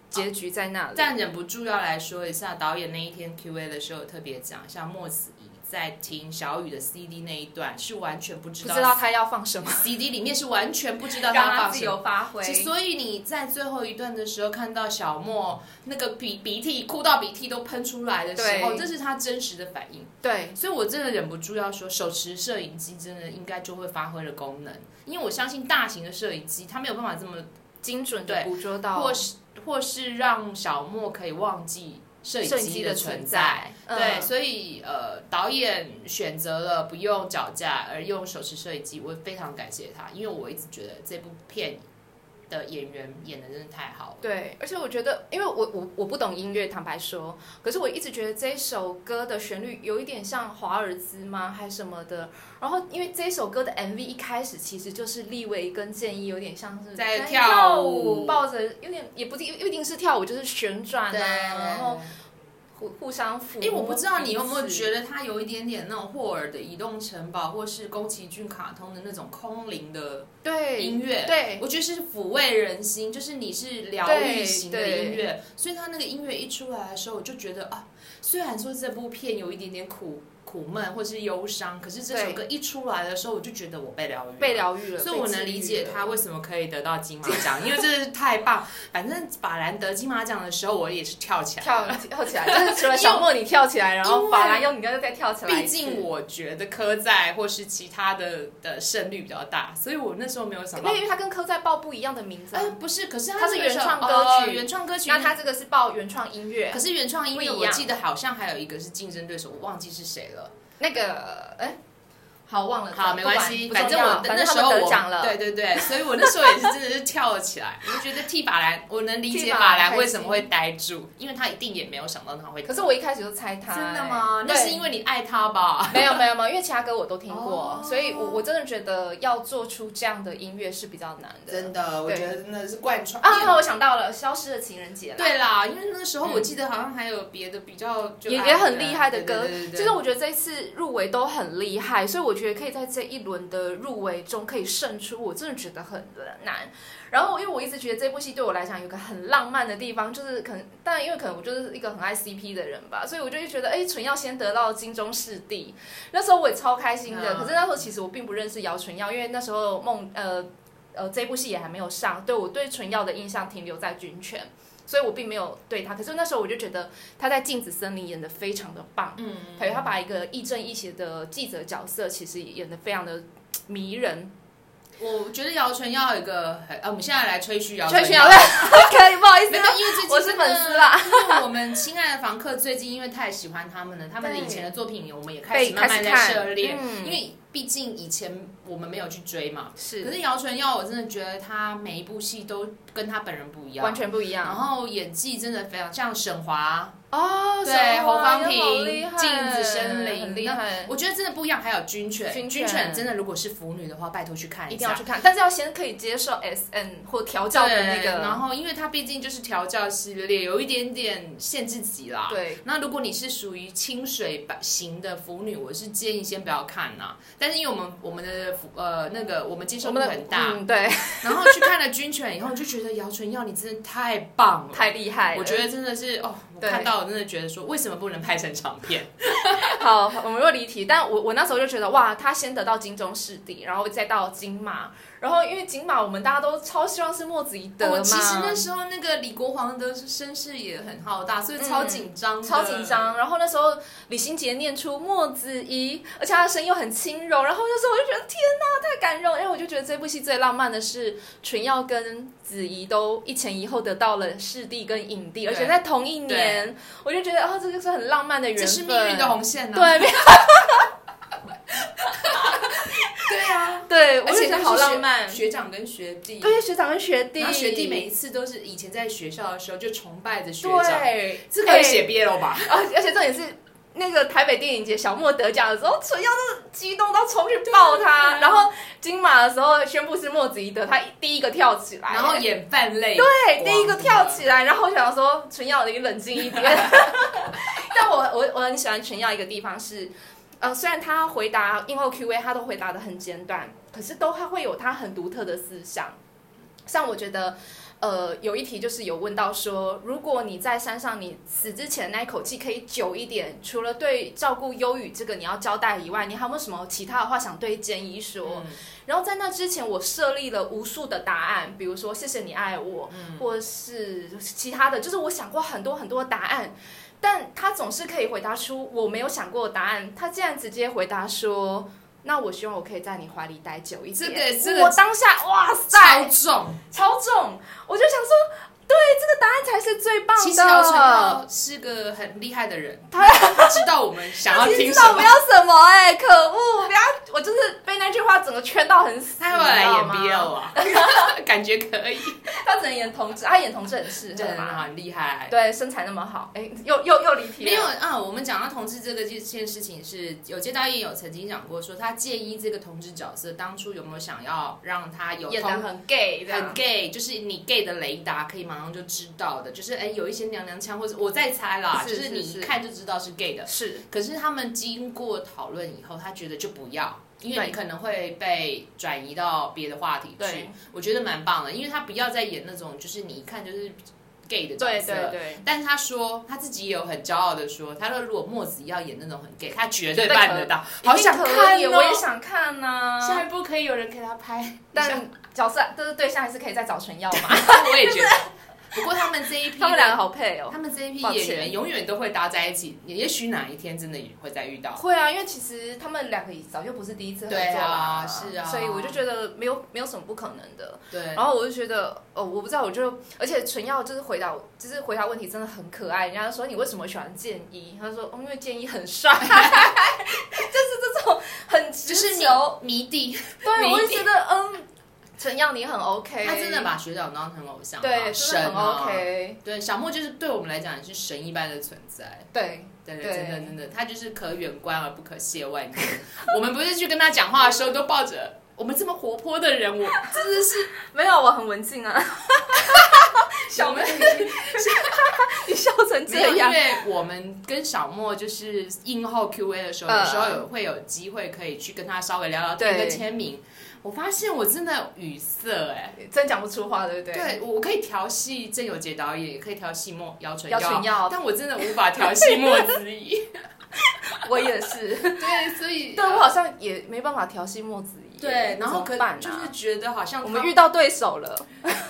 Speaker 2: 结局在那里。
Speaker 1: 但忍不住要来说一下，导演那一天 Q&A 的时候有特别讲，像莫子仪在听小雨的 CD 那一段是完全不知
Speaker 2: 不
Speaker 1: 道
Speaker 2: 知道他要放什么，
Speaker 1: CD 里面是完全不知道他放什么。
Speaker 2: 发挥
Speaker 1: 其实所以你在最后一段的时候看到小莫那个鼻鼻涕哭到鼻涕都喷出来的时候，
Speaker 2: 对
Speaker 1: 这是他真实的反应。
Speaker 2: 对
Speaker 1: 所以我真的忍不住要说，手持摄影机真的应该就会发挥了功能，因为我相信大型的摄影机它没有办法这么
Speaker 2: 精准
Speaker 1: 对
Speaker 2: 的捕捉到
Speaker 1: 或是或是让小莫可以忘记摄影
Speaker 2: 摄影
Speaker 1: 机
Speaker 2: 机
Speaker 1: 的存
Speaker 2: 存
Speaker 1: 在。。对，
Speaker 2: 嗯
Speaker 1: 所以呃，导演选择了不用脚架，而用手持摄影机，我非常感谢他，因为我一直觉得这部片的演员演的真的太好了。
Speaker 2: 对，而且我觉得，因为我我我不懂音乐，坦白说，可是我一直觉得这首歌的旋律有一点像华尔兹吗，还什么的。然后，因为这首歌的 MV 一开始其实就是立维跟建一有点像是
Speaker 1: 在
Speaker 2: 跳
Speaker 1: 跳舞
Speaker 2: 抱着有点也不一定不一定是跳舞，就是旋转啊，然后互互相抚摸。
Speaker 1: 哎因为我不知道你有没有觉
Speaker 2: 得，
Speaker 1: 得它有一点点那种霍尔的《移动城堡》或是宫崎骏卡通的那种空灵的
Speaker 2: 对
Speaker 1: 音乐。
Speaker 2: 对
Speaker 1: 我觉得是抚慰人心，就是你是疗愈型的音乐，所以他那个音乐一出来的时候，我就觉得啊，虽然说这部片有一点点苦苦闷或是忧伤，可是这首歌一出来的时候，我就觉得我被疗愈了，
Speaker 2: 被疗愈了，
Speaker 1: 所以我能理解他
Speaker 2: 为
Speaker 1: 为什么可以得到金马奖，因为这是太棒。反正法兰得金马奖的时候，我也是跳起来
Speaker 2: 跳
Speaker 1: 了。
Speaker 2: 跳起来，就是除了小莫你跳起来，然
Speaker 1: 因
Speaker 2: 后
Speaker 1: 为
Speaker 2: 法兰用你刚刚再跳起来一次，
Speaker 1: 毕竟我觉得科在或是其他的的胜率比较大，所以我那时候没有想到
Speaker 2: 那。因为它跟科在报不一样的名字啊、
Speaker 1: 哎，不是，可是
Speaker 2: 它
Speaker 1: 它
Speaker 2: 是
Speaker 1: 这个时候
Speaker 2: 原创歌曲
Speaker 1: 哦原创歌曲。
Speaker 2: 那它这个哎是报原创音乐
Speaker 1: 可，是原创音乐，
Speaker 2: 不一
Speaker 1: 我
Speaker 2: 样
Speaker 1: 记得好像还有一个是竞争对手，我忘记是谁了。
Speaker 2: 那个哎、好忘了，
Speaker 1: 好，
Speaker 2: 不
Speaker 1: 没
Speaker 2: 管
Speaker 1: 关系，
Speaker 2: 不
Speaker 1: 反
Speaker 2: 重
Speaker 1: 正
Speaker 2: 要
Speaker 1: 我
Speaker 2: 反
Speaker 1: 那
Speaker 2: 正他
Speaker 1: 时
Speaker 2: 们
Speaker 1: 候
Speaker 2: 得
Speaker 1: 我
Speaker 2: 奖了，
Speaker 1: 对对对，所以我那时候也是真的是跳了起来。我就觉得替法兰，我能理
Speaker 2: 替
Speaker 1: 解
Speaker 2: 法
Speaker 1: 法
Speaker 2: 兰
Speaker 1: 兰
Speaker 2: 开
Speaker 1: 为什么
Speaker 2: 心
Speaker 1: 会呆住，因为他一定也没有想到他会得。
Speaker 2: 可是我一开始就猜他、
Speaker 1: 真的吗？那
Speaker 2: 对
Speaker 1: 是因为你爱他吧？
Speaker 2: 没有没有没有，因为其他歌我都听过，
Speaker 1: 哦
Speaker 2: 所以我我真的觉得要做出这样的音乐是比较难的。
Speaker 1: 的，
Speaker 2: 对
Speaker 1: 得真的是贯穿因为
Speaker 2: 啊，我想到了，《消失的情人节》啦。
Speaker 1: 对啦，因为那个时候我记得好像还有别的比较就
Speaker 2: 也
Speaker 1: 爱
Speaker 2: 也很厉害的歌
Speaker 1: 对对对对
Speaker 2: 就是我觉得这一次入围都很厉害，所以我觉得可以在这一轮的入围中可以胜出，我真的觉得很难。然后，因为我一直觉得这部戏对我来讲有个很浪漫的地方，就是可能，但因为可能我就是一个很爱 CP 的人吧，所以我就会觉得，哎，纯耀先得到金钟视帝，那时候我也超开心的。
Speaker 1: 嗯
Speaker 2: 可是那时候其实我并不认识姚纯耀，因为那时候梦呃呃这部戏也还没有上，对我对纯耀的印象停留在军犬。所以我并没有对他，可是那时候我就觉得他在《镜子森林》演的非常的棒，
Speaker 1: 嗯，
Speaker 2: 还有他把一个亦正亦邪的记者角色，其实演得非常的迷人。
Speaker 1: 我觉得姚纯耀有一个很，呃，我们现在来吹嘘姚
Speaker 2: 吹
Speaker 1: 纯
Speaker 2: 嘘姚， [LAUGHS] 可以，不好意思
Speaker 1: 没有，，因为最近
Speaker 2: 我是
Speaker 1: 真的
Speaker 2: 粉丝。啦。
Speaker 1: [LAUGHS] 因为我们亲爱的房客最近因为太喜欢他们了，他们的以前的作品我们也开
Speaker 2: 被
Speaker 1: 始慢慢
Speaker 2: 开始
Speaker 1: 在
Speaker 2: 看
Speaker 1: 涉猎，
Speaker 2: 嗯
Speaker 1: 因为毕竟以前我们没有去追嘛。可
Speaker 2: 是
Speaker 1: 是姚纯耀，我真的觉得他每一部戏都跟他本人不一样，
Speaker 2: 完全不一
Speaker 1: 然
Speaker 2: 样
Speaker 1: 后演技真的非常像沈华，
Speaker 2: 哦
Speaker 1: 对侯方平
Speaker 2: 镜
Speaker 1: 镜子森林
Speaker 2: 很厉害，
Speaker 1: 我觉得真的不一样。还有军犬，
Speaker 2: 军犬
Speaker 1: 真的如果是腐女的话，拜托去看
Speaker 2: 一定要
Speaker 1: 下
Speaker 2: 去。看，但是要先可以接受 S N 或调教的那
Speaker 1: 对然
Speaker 2: 个，
Speaker 1: 后因为它毕竟就是调教系列，有一点点限制级啦。。
Speaker 2: 对，
Speaker 1: 那如果你是属于清水版型的腐女，我是建议先不要看啦。但是因为我们我们的腐呃那个我们接受
Speaker 2: 我
Speaker 1: 度
Speaker 2: 们的
Speaker 1: 很大，
Speaker 2: 嗯，对，
Speaker 1: 然后去看了军犬以后，就觉得姚纯耀你真的太棒了，
Speaker 2: 太厉害了。
Speaker 1: 我觉得真的是哦，我
Speaker 2: 对
Speaker 1: 看到我真的觉得说为什么不能拍成长片？
Speaker 2: [LAUGHS] 好，我们又离题，但我我那时候就觉得哇，他先得到金钟视帝，然后再到金马，然后因为金马我们大家都超希望是莫子仪得嘛，
Speaker 1: 我哦其实那时候那个李国煌的声势也很浩大，所以超紧张、
Speaker 2: 嗯超紧。张，然后那时候李心洁念出莫子仪，而且她的声音又很轻柔，然后那时候我就觉得天哪，太感人了！因为我就觉得这部戏最浪漫的是纯耀跟子怡都一前一后得到了视帝跟影帝，而且
Speaker 1: 对
Speaker 2: 在同一年，我就觉得哦，这就是很浪漫的缘
Speaker 1: 这
Speaker 2: 分，
Speaker 1: 是命运的红线啊呢、
Speaker 2: 对，
Speaker 1: 对啊，
Speaker 2: 对，我
Speaker 1: 而
Speaker 2: 就
Speaker 1: 且
Speaker 2: 觉
Speaker 1: 他
Speaker 2: 得
Speaker 1: 是
Speaker 2: 好浪
Speaker 1: 学
Speaker 2: 漫。
Speaker 1: 学长跟学弟，
Speaker 2: 对，学长跟学弟，
Speaker 1: 然后学弟每一次都是以前在学校的时候就崇拜着学长，
Speaker 2: 对，
Speaker 1: 这可以
Speaker 2: 哎
Speaker 1: 写 BL 吧？
Speaker 2: 而而且重点是。那个台北电影节小莫得奖的时候，纯耀都激动到冲去抱他，
Speaker 1: 对啊
Speaker 2: 然后金马的时候宣布是莫子仪得，他第一个跳起来，
Speaker 1: 然后眼泛泪，
Speaker 2: 对
Speaker 1: 光
Speaker 2: 第一个跳起来，然后我想说纯耀你冷静一点。但我我我很喜欢纯耀一个地方是，呃，虽然他回答映后 Q&A 他都回答的很简短，可是都他会有他很独特的思想。像我觉得，呃，有一题就是有问到说，如果你在山上，你死之前那一口气可以久一点，除了对照顾忧郁这个你要交代以外，你还有没有什么其他的话想对建一说？
Speaker 1: 嗯
Speaker 2: 然后在那之前，我设立了无数的答案，比如说“谢谢你爱我”，
Speaker 1: 嗯
Speaker 2: 或是其他的，就是我想过很多很多答案，但他总是可以回答出我没有想过的答案。他竟然直接回答说：“那我希望我可以在你怀里待久一点。”
Speaker 1: 这个这个
Speaker 2: 我当下哇
Speaker 1: 超
Speaker 2: 塞，
Speaker 1: 重。
Speaker 2: 超重！我就想说，对，这个答案才是最棒的。
Speaker 1: 其实姚晨耀是个很厉害的 [LAUGHS] 人，他知道我们想要
Speaker 2: 他其实
Speaker 1: 听
Speaker 2: 知
Speaker 1: 什
Speaker 2: 道我
Speaker 1: 么
Speaker 2: 要。什么哎、可恶！不要，我就是被那那句话整个圈到很死，
Speaker 1: 他要不要来演
Speaker 2: 你知道
Speaker 1: BL
Speaker 2: 吗
Speaker 1: 啊？ [LAUGHS] 感觉可以，
Speaker 2: 他只能演同志，他演同志很适
Speaker 1: 真
Speaker 2: 合
Speaker 1: 的
Speaker 2: 嘛，
Speaker 1: 很厉害。
Speaker 2: 对，身材那么好，哎，又又又离题
Speaker 1: 没有
Speaker 2: 了，
Speaker 1: 啊，我们讲到同志这个这件事情是，有接导演有曾经讲过说，他介意这个同志角色当初有没有想要让他有
Speaker 2: 演
Speaker 1: 同
Speaker 2: 的很 gay，这样
Speaker 1: 很 gay，就是你 gay 的雷达可以马上就知道的，就是哎有一些娘娘腔，或者我在猜啦，
Speaker 2: 是
Speaker 1: 就是你
Speaker 2: 是是
Speaker 1: 一看就知道是 gay 的。
Speaker 2: 是
Speaker 1: 可是他们经过讨论以后，他觉得就不要，因为
Speaker 2: 对
Speaker 1: 你可能会被转移到别的话题去
Speaker 2: 对。
Speaker 1: 我觉得蛮棒的，因为他不要再演那种就是你一看就是 gay 的角
Speaker 2: 对
Speaker 1: 色。
Speaker 2: 对对，
Speaker 1: 但是他说他自己也有很骄傲的说，他说如果墨子要演那种很 gay，他绝对
Speaker 2: 那
Speaker 1: 办
Speaker 2: 可
Speaker 1: 得到。好想看
Speaker 2: 也
Speaker 1: 哦
Speaker 2: 我也想看呐、
Speaker 1: 下一步可以有人给他拍，
Speaker 2: 但角色就是对象还是可以再找陈耀 [LAUGHS] 嘛，
Speaker 1: 我也觉得。 [LAUGHS] 不过他们这一批，
Speaker 2: 他们两个好配哦。
Speaker 1: 他们这一批
Speaker 2: 抱
Speaker 1: 演员
Speaker 2: 歉
Speaker 1: 永远都会搭在一起，也也许哪一天真的也会再遇到。
Speaker 2: 会啊，因为其实他们两个早就不是第一次合作
Speaker 1: 对啊
Speaker 2: 啦，
Speaker 1: 是啊
Speaker 2: 所以我就觉得没有没有什么不可能的。
Speaker 1: 对，
Speaker 2: 然后我就觉得，哦，我不知道，我就而且纯耀就是回答，就是回答问题真的很可爱。人家说你为什么喜欢建一？他说，哦，因为建一很帅， [LAUGHS] 就是这种很
Speaker 1: 就
Speaker 2: 直
Speaker 1: 是
Speaker 2: 球。
Speaker 1: 迷弟，
Speaker 2: 对，我
Speaker 1: 迷
Speaker 2: 就
Speaker 1: 弟
Speaker 2: 觉得，嗯，纯耀你很 OK，
Speaker 1: 他真的把学长当成偶像啊，
Speaker 2: 对，真的
Speaker 1: 神
Speaker 2: 很
Speaker 1: 啊
Speaker 2: OK，
Speaker 1: 对，小莫就是对我们来讲也是神一般的存在。
Speaker 2: 对，
Speaker 1: 对，
Speaker 2: 对
Speaker 1: 真的真的，他就是可远观而不可亵玩焉。 [LAUGHS] 我们不是去跟他讲话的时候都抱着我们这么活泼的人，我真的是
Speaker 2: 没有，我很文静 [LAUGHS] 啊。小妹，你笑成
Speaker 1: 没有，
Speaker 2: [LAUGHS] 这
Speaker 1: 因
Speaker 2: 样，
Speaker 1: 为我们跟小莫就是映后 Q&A 的时候，
Speaker 2: 嗯
Speaker 1: 有时候有会有机会可以去跟他稍微聊聊天
Speaker 2: 对
Speaker 1: 跟签名。我发现我真的语塞哎、
Speaker 2: 真讲不出话，对不对？，
Speaker 1: 对，我可以调戏郑有杰导演，也可以调戏莫姚晨
Speaker 2: 姚纯耀
Speaker 1: 但我真的无法调戏 [LAUGHS] 莫子仪。
Speaker 2: [LAUGHS] 我也是，
Speaker 1: 对，所以
Speaker 2: 对我好像也没办法调戏墨子怡。
Speaker 1: 对，然后
Speaker 2: 怎
Speaker 1: 可
Speaker 2: 么办啊
Speaker 1: 就是觉得好像
Speaker 2: 我
Speaker 1: 他
Speaker 2: 们遇到对手了，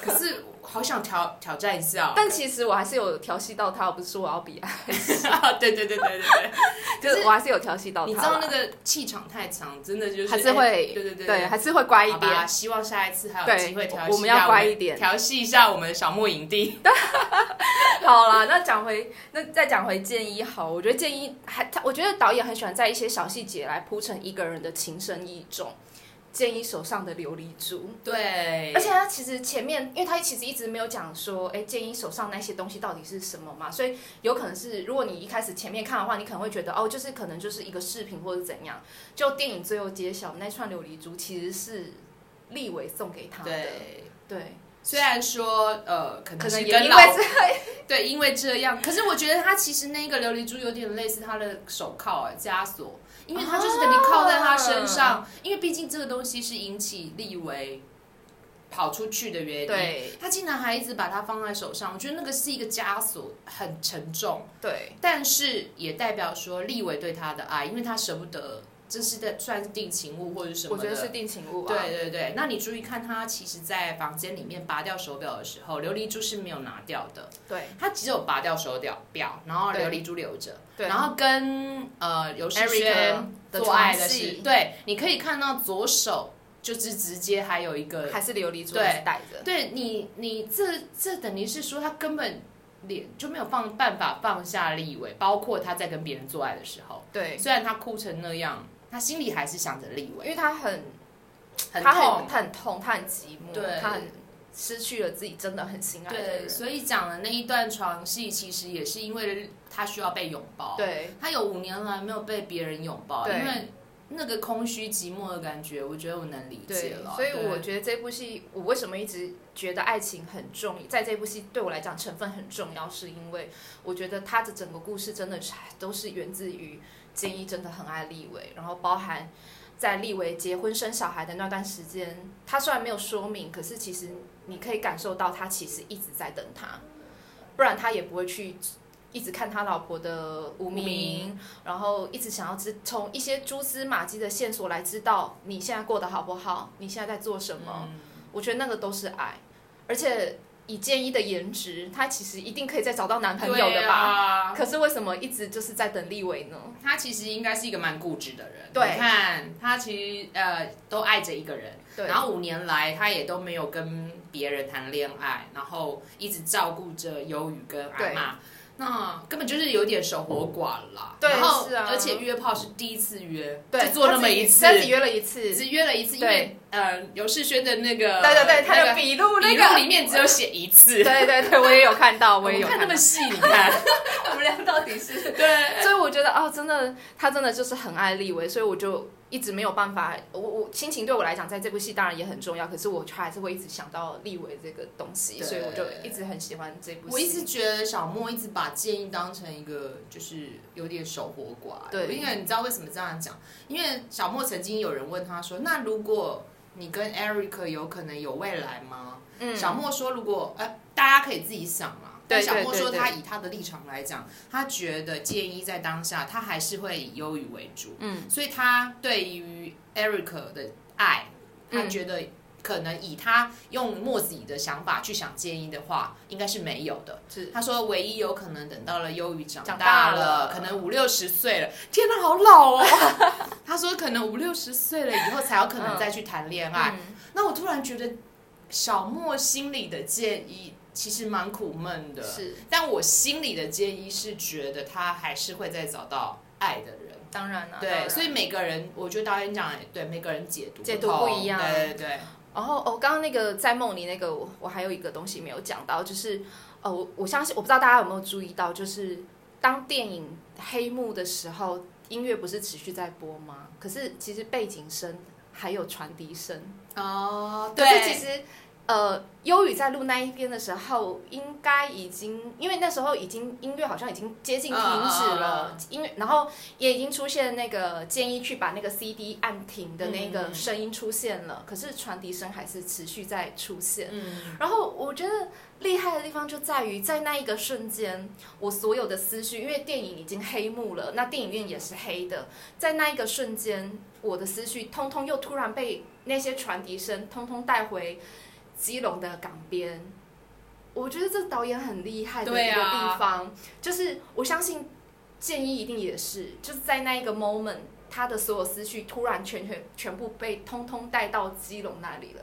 Speaker 1: 可是好想挑挑战一下、哦。
Speaker 2: 但其实我还是有调戏到他，我不是说我要比爱，
Speaker 1: [LAUGHS] 啊对对对对对对，
Speaker 2: 就是我还是有调戏到他
Speaker 1: 你
Speaker 2: 啦。
Speaker 1: 知道那个气场太强，真的就是
Speaker 2: 还是
Speaker 1: 哎
Speaker 2: 会
Speaker 1: 对对对
Speaker 2: 对，还是会乖一
Speaker 1: 好吧，
Speaker 2: 点。
Speaker 1: 希望下一次还有
Speaker 2: 对
Speaker 1: 机会调戏一下
Speaker 2: 我们要乖一点
Speaker 1: 调戏一下我们的小莫影帝。
Speaker 2: 好啦，那讲回那再讲回建一好，我觉得建一还他，我觉得导演很喜欢在一些小细节来铺陈一个人的情深意重。建一手上的琉璃珠，
Speaker 1: 对，
Speaker 2: 而且他其实前面，因为他其实一直没有讲说，哎、建一手上那些东西到底是什么嘛，所以有可能是，如果你一开始前面看的话，你可能会觉得，哦，就是可能就是一个饰品或者怎样。就电影最后揭晓，那串琉璃珠其实是立伟送给他的，
Speaker 1: 对，
Speaker 2: 对，
Speaker 1: 虽然说呃，可
Speaker 2: 可
Speaker 1: 能
Speaker 2: 能
Speaker 1: 是
Speaker 2: 也
Speaker 1: 跟
Speaker 2: 因
Speaker 1: 老
Speaker 2: 为是
Speaker 1: 对，因为这样，可是我觉得他其实那个琉璃珠有点类似他的手铐、哎，枷锁，因为他就是肯定铐在他身上，
Speaker 2: 啊
Speaker 1: 因为毕竟这个东西是引起立维跑出去的原因。
Speaker 2: 对
Speaker 1: 他竟然还一直把它放在手上，我觉得那个是一个枷锁，很沉重，
Speaker 2: 对，
Speaker 1: 但是也代表说立伟对他的爱，因为他舍不得，这是在算是定情物或者什么
Speaker 2: 我
Speaker 1: 的。
Speaker 2: 觉得是定情物啊，
Speaker 1: 对对对，那你注意看，他其实，在房间里面拔掉手表的时候，琉璃珠是没有拿掉的，
Speaker 2: 对
Speaker 1: 他只有拔掉手表表，然后
Speaker 2: 对
Speaker 1: 琉璃珠留着，
Speaker 2: 对，
Speaker 1: 然后跟呃刘诗
Speaker 2: Erica
Speaker 1: 轩
Speaker 2: 的
Speaker 1: 做爱的是
Speaker 2: 床戏，
Speaker 1: 对，你可以看到左手就是直接还有一个
Speaker 2: 还是琉璃珠
Speaker 1: 对
Speaker 2: 还是戴着，
Speaker 1: 对你，你这这等于是说他根本脸就没有放办法放下立伟，包括他在跟别人做爱的时候，
Speaker 2: 对，
Speaker 1: 虽然他哭成那样，他心里还是想着立
Speaker 2: 因
Speaker 1: 伟，
Speaker 2: 为他很
Speaker 1: 很
Speaker 2: 他
Speaker 1: 痛
Speaker 2: 很。他很痛，他很寂寞，
Speaker 1: 对
Speaker 2: 他很失去了自己真的很心爱的
Speaker 1: 对，
Speaker 2: 人，
Speaker 1: 所以讲的那一段床戏，其实也是因为他需要被拥抱。，
Speaker 2: 对
Speaker 1: 他有五年来没有被别人拥抱，
Speaker 2: 对
Speaker 1: 因为那个空虚寂寞的感觉，我觉得我能理解
Speaker 2: 对
Speaker 1: 了。，
Speaker 2: 所以我
Speaker 1: 对
Speaker 2: 觉得这部戏，我为什么一直觉得爱情很重，在这部戏对我来讲成分很重要，是因为我觉得他的整个故事真的是都是源自于建一真的很爱立伟，然后包含。在立伟结婚生小孩的那段时间，他虽然没有说明，可是其实你可以感受到他其实一直在等他，不然他也不会去一直看他老婆的无
Speaker 1: 无
Speaker 2: 名
Speaker 1: 名，
Speaker 2: 然后一直想要知从一些蛛丝马迹的线索来知道你现在过得好不好，你现在在做什么。
Speaker 1: 嗯
Speaker 2: 我觉得那个都是爱，而且以建一的颜值，他其实一定可以再找到男朋友
Speaker 1: 对
Speaker 2: 的吧？
Speaker 1: 啊
Speaker 2: 可是为什么一直就是在等立伟呢？
Speaker 1: 他其实应该是一个蛮固执的人。
Speaker 2: 对
Speaker 1: 你看他其实呃都爱着一个人，
Speaker 2: 对
Speaker 1: 然后五年来他也都没有跟别人谈恋爱，然后一直照顾着忧郁跟阿
Speaker 2: 对
Speaker 1: 妈。那根本就是有点守活寡啦。
Speaker 3: 对
Speaker 1: 然后
Speaker 3: 是啊
Speaker 1: 而且约炮是第一次约，
Speaker 3: 对，
Speaker 1: 就做那么一次
Speaker 3: 他，只约了一次，
Speaker 1: 只约了一次，因
Speaker 3: 对
Speaker 1: 为呃，游世轩的那个，
Speaker 3: 对对对，他的
Speaker 1: 那个
Speaker 3: 笔录那
Speaker 1: 笔
Speaker 3: 个
Speaker 1: 录里面只有写一次，
Speaker 2: [LAUGHS]
Speaker 3: 对对对，我也有看到，我也有
Speaker 1: 看那
Speaker 3: 到
Speaker 1: 么。细，你看， [LAUGHS]
Speaker 3: 我们俩到底是
Speaker 1: 对，
Speaker 2: [LAUGHS] 所以我觉得哦，真的，他真的就是很爱立维，所以我就一直没有办法。我我亲情对我来讲，在这部戏当然也很重要，可是我还是会一直想到立维这个东西，
Speaker 1: 对
Speaker 2: 所以我就一直很喜欢这部戏。
Speaker 1: 我一直觉得小莫一直把建议当成一个就是有点守活寡，
Speaker 2: 对
Speaker 1: 因为你知道为什么这样讲？因为小莫曾经有人问他说：“那如果你跟 Eric 有可能有未来吗？”
Speaker 2: 嗯
Speaker 1: 小莫说：“如果呃，大家可以自己想嘛。”但
Speaker 2: 对
Speaker 1: 小莫
Speaker 2: 对对
Speaker 1: 说，
Speaker 2: 对
Speaker 1: 他以他的立场来讲，他觉得建议在当下，他还是会以忧郁为主，
Speaker 2: 嗯，
Speaker 1: 所以他对于 Eric 的爱，他
Speaker 2: 嗯
Speaker 1: 觉得可能以他用莫子怡的想法去想建议的话，应该是没有的。
Speaker 2: 是
Speaker 1: 他说，唯一有可能等到了忧郁长
Speaker 2: 长
Speaker 1: 大
Speaker 2: 大
Speaker 1: 了，
Speaker 2: 了
Speaker 1: 可能五六十岁了。天哪，好老哦！ [LAUGHS] 他说，可能五六十岁了以后才有可能
Speaker 2: 嗯
Speaker 1: 再去谈恋爱。
Speaker 2: 嗯
Speaker 1: 那我突然觉得，小莫心里的建议其实蛮苦闷的。，
Speaker 2: 是
Speaker 1: 但我心里的建议是觉得他还是会再找到爱的人。啊
Speaker 2: 当然了、当
Speaker 1: 对，
Speaker 2: 然
Speaker 1: 所以每个人，我觉得导演讲得对每个人解读
Speaker 2: 解读
Speaker 1: 同
Speaker 2: 不一样
Speaker 1: 对对对，
Speaker 2: 然后哦，刚刚那个在梦里那个，我我还有一个东西没有讲到，就是呃，我我相信我不知道大家有没有注意到，就是当电影黑幕的时候，音乐不是持续在播吗？可是其实背景声还有传笛声，
Speaker 1: 哦，
Speaker 2: 可是其实。呃，忧郁在录那一边的时候，应该已经因为那时候已经音乐好像已经接近停止了
Speaker 1: 嗯嗯嗯，
Speaker 2: 音乐然后也已经出现那个建议去把那个 CD 按停的那
Speaker 1: 嗯
Speaker 2: 个声音出现了，可是传笛声还是持续在出现。
Speaker 1: 嗯，
Speaker 2: 然后我觉得厉害的地方就在于，在那一个瞬间，我所有的思绪，因为电影已经黑幕了，那电影院也是黑的，在那一个瞬间，我的思绪通通又突然被那些传笛声通通带回基隆的港边。我觉得这导演很厉害的
Speaker 1: 对
Speaker 2: 一个
Speaker 1: 啊
Speaker 2: 地方，就是我相信建议一定也是，就是在那一个 moment，他的所有思绪突然全全全部被通通带到基隆那里了，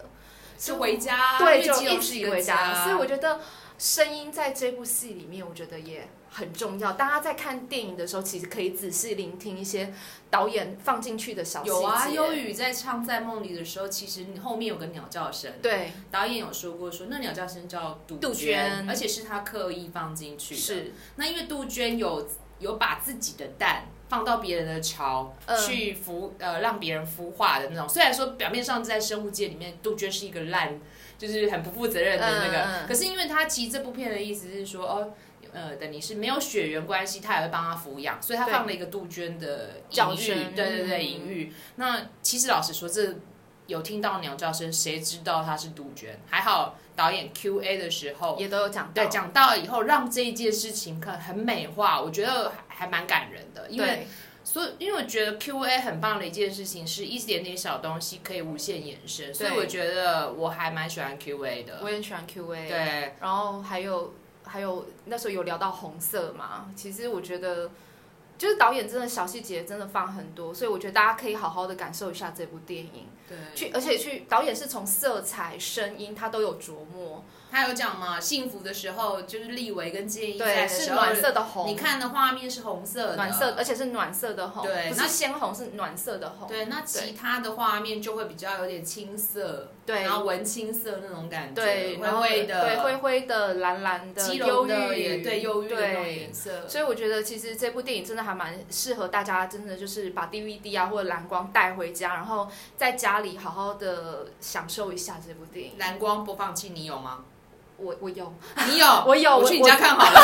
Speaker 1: 就回家，因
Speaker 2: 对，
Speaker 1: 为
Speaker 2: 就
Speaker 1: 基隆
Speaker 2: 一
Speaker 1: 是一
Speaker 2: 起
Speaker 1: 个
Speaker 2: 回家。所以我
Speaker 1: 就
Speaker 2: 觉得声音在这部戏里面，我觉得也很重要。大家在看电影的时候，其实可以仔细聆听一些导演放进去的小细节。
Speaker 1: 有啊，忧。郁在唱《在梦里》的时候，其实你后面有个鸟叫声，
Speaker 2: 对，
Speaker 1: 导演有说过说那鸟叫声叫杜
Speaker 2: 杜鹃
Speaker 1: 而且是他刻意放进去的。
Speaker 2: 是
Speaker 1: 那因为杜鹃有有把自己的蛋放到别人的巢、
Speaker 2: 嗯
Speaker 1: 去孵，呃，让别人孵化的那种。虽然说表面上在生物界里面，杜鹃是一个烂，就是很不负责任的那个，
Speaker 2: 嗯嗯
Speaker 1: 可是因为他其实这部片的意思是说，哦。呃，等于是没有血缘关系，他也会帮他抚养，所以他
Speaker 2: 对
Speaker 1: 放了一个杜鹃的
Speaker 2: 叫
Speaker 1: 隐喻，
Speaker 2: 声
Speaker 1: 对对对，
Speaker 2: 嗯
Speaker 1: 隐喻。那其实老实说，这有听到鸟叫声，谁知道它是杜鹃？还好导演 Q A 的时候
Speaker 2: 嗯也都有讲到。
Speaker 1: 对，讲到以后让这一件事情可很美化，我觉得还还蛮感人的，因为
Speaker 2: 对
Speaker 1: 所以因为我觉得 Q A 很棒的一件事情是一点点小东西可以无限延伸，所以
Speaker 2: 对
Speaker 1: 我觉得我还蛮喜欢 Q A
Speaker 2: 我
Speaker 1: 的。
Speaker 2: 也很喜欢 Q&A。
Speaker 1: 对，
Speaker 2: 然后还有还有那时候有聊到红色嘛，其实我觉得就是导演真的小细节真的放很多，所以我觉得大家可以好好的感受一下这部电影。
Speaker 1: 对，
Speaker 2: 去，而且去导演是从色彩、声音他都有琢磨。
Speaker 1: 他有讲嘛，幸福的时候就是立维跟建议在
Speaker 2: 对，
Speaker 1: 的时
Speaker 2: 是
Speaker 1: 候
Speaker 2: 暖，色的红，
Speaker 1: 你看的画面是红色的，
Speaker 2: 暖色，而且是暖色的红，
Speaker 1: 对
Speaker 2: 不
Speaker 1: 那
Speaker 2: 是鲜红，是暖色的红。
Speaker 1: 对，那其他的画面就会比较有点青涩，
Speaker 2: 对
Speaker 1: 然后文青色那种感觉，
Speaker 2: 对，
Speaker 1: 灰
Speaker 2: 然后
Speaker 1: 灰的，
Speaker 2: 对灰灰的、蓝蓝的、
Speaker 1: 基
Speaker 2: 忧
Speaker 1: 隆
Speaker 2: 郁
Speaker 1: 的也对忧郁的那种
Speaker 2: 对
Speaker 1: 颜色，
Speaker 2: 所以我觉得其实这部电影真的还蛮适合大家，真的就是把 DVD 啊或者蓝光带回家，然后在家里好好的享受一下这部电影。
Speaker 1: 蓝光播放器你有
Speaker 2: [LAUGHS]
Speaker 1: 吗？
Speaker 2: 我我有，
Speaker 1: 你有，
Speaker 2: 我有，
Speaker 1: 我
Speaker 2: 我
Speaker 1: 去你家看好了。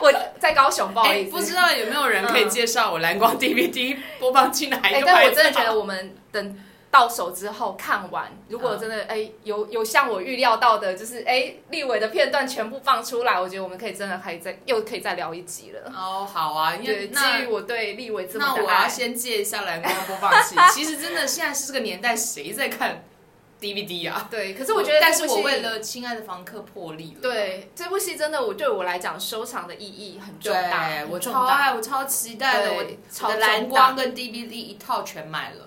Speaker 2: 我我在高雄，不好
Speaker 1: 哎，
Speaker 2: 意思，
Speaker 1: 不知道有没有人可以介绍我蓝光 DVD 播放器哪一
Speaker 2: 哎，
Speaker 1: 个
Speaker 2: 但
Speaker 1: 牌
Speaker 2: 我
Speaker 1: 子？
Speaker 2: 真的觉得我们等到手之后看完，如果真的哎、有有像我预料到的，就是哎立伟的片段全部放出来，我觉得我们可以真的还再又可以再聊一集了。
Speaker 1: 哦，好啊，因
Speaker 2: 对，
Speaker 1: 为
Speaker 2: 基于
Speaker 1: 那。
Speaker 2: 我对立伟这
Speaker 1: 那
Speaker 2: 么的
Speaker 1: 我啊
Speaker 2: 爱
Speaker 1: 要，先借一下蓝光播放
Speaker 2: [LAUGHS]
Speaker 1: 器。其实真的，现在是这个年代，谁在看 DVD 啊？
Speaker 2: 对，可是我觉得
Speaker 1: 但是
Speaker 2: 这部
Speaker 1: 我
Speaker 2: 戏
Speaker 1: 为了《亲爱的房客》破例了。
Speaker 2: 对这部戏真的我对我来讲收藏的意义很重大，啊
Speaker 1: 对，我
Speaker 2: 很重
Speaker 1: 超
Speaker 2: 大。
Speaker 1: 爱，我超期待的。
Speaker 2: 对
Speaker 1: 我
Speaker 2: 超
Speaker 1: 我的蓝
Speaker 2: 重大 [LAUGHS]
Speaker 1: 光跟 DVD 一套全买了。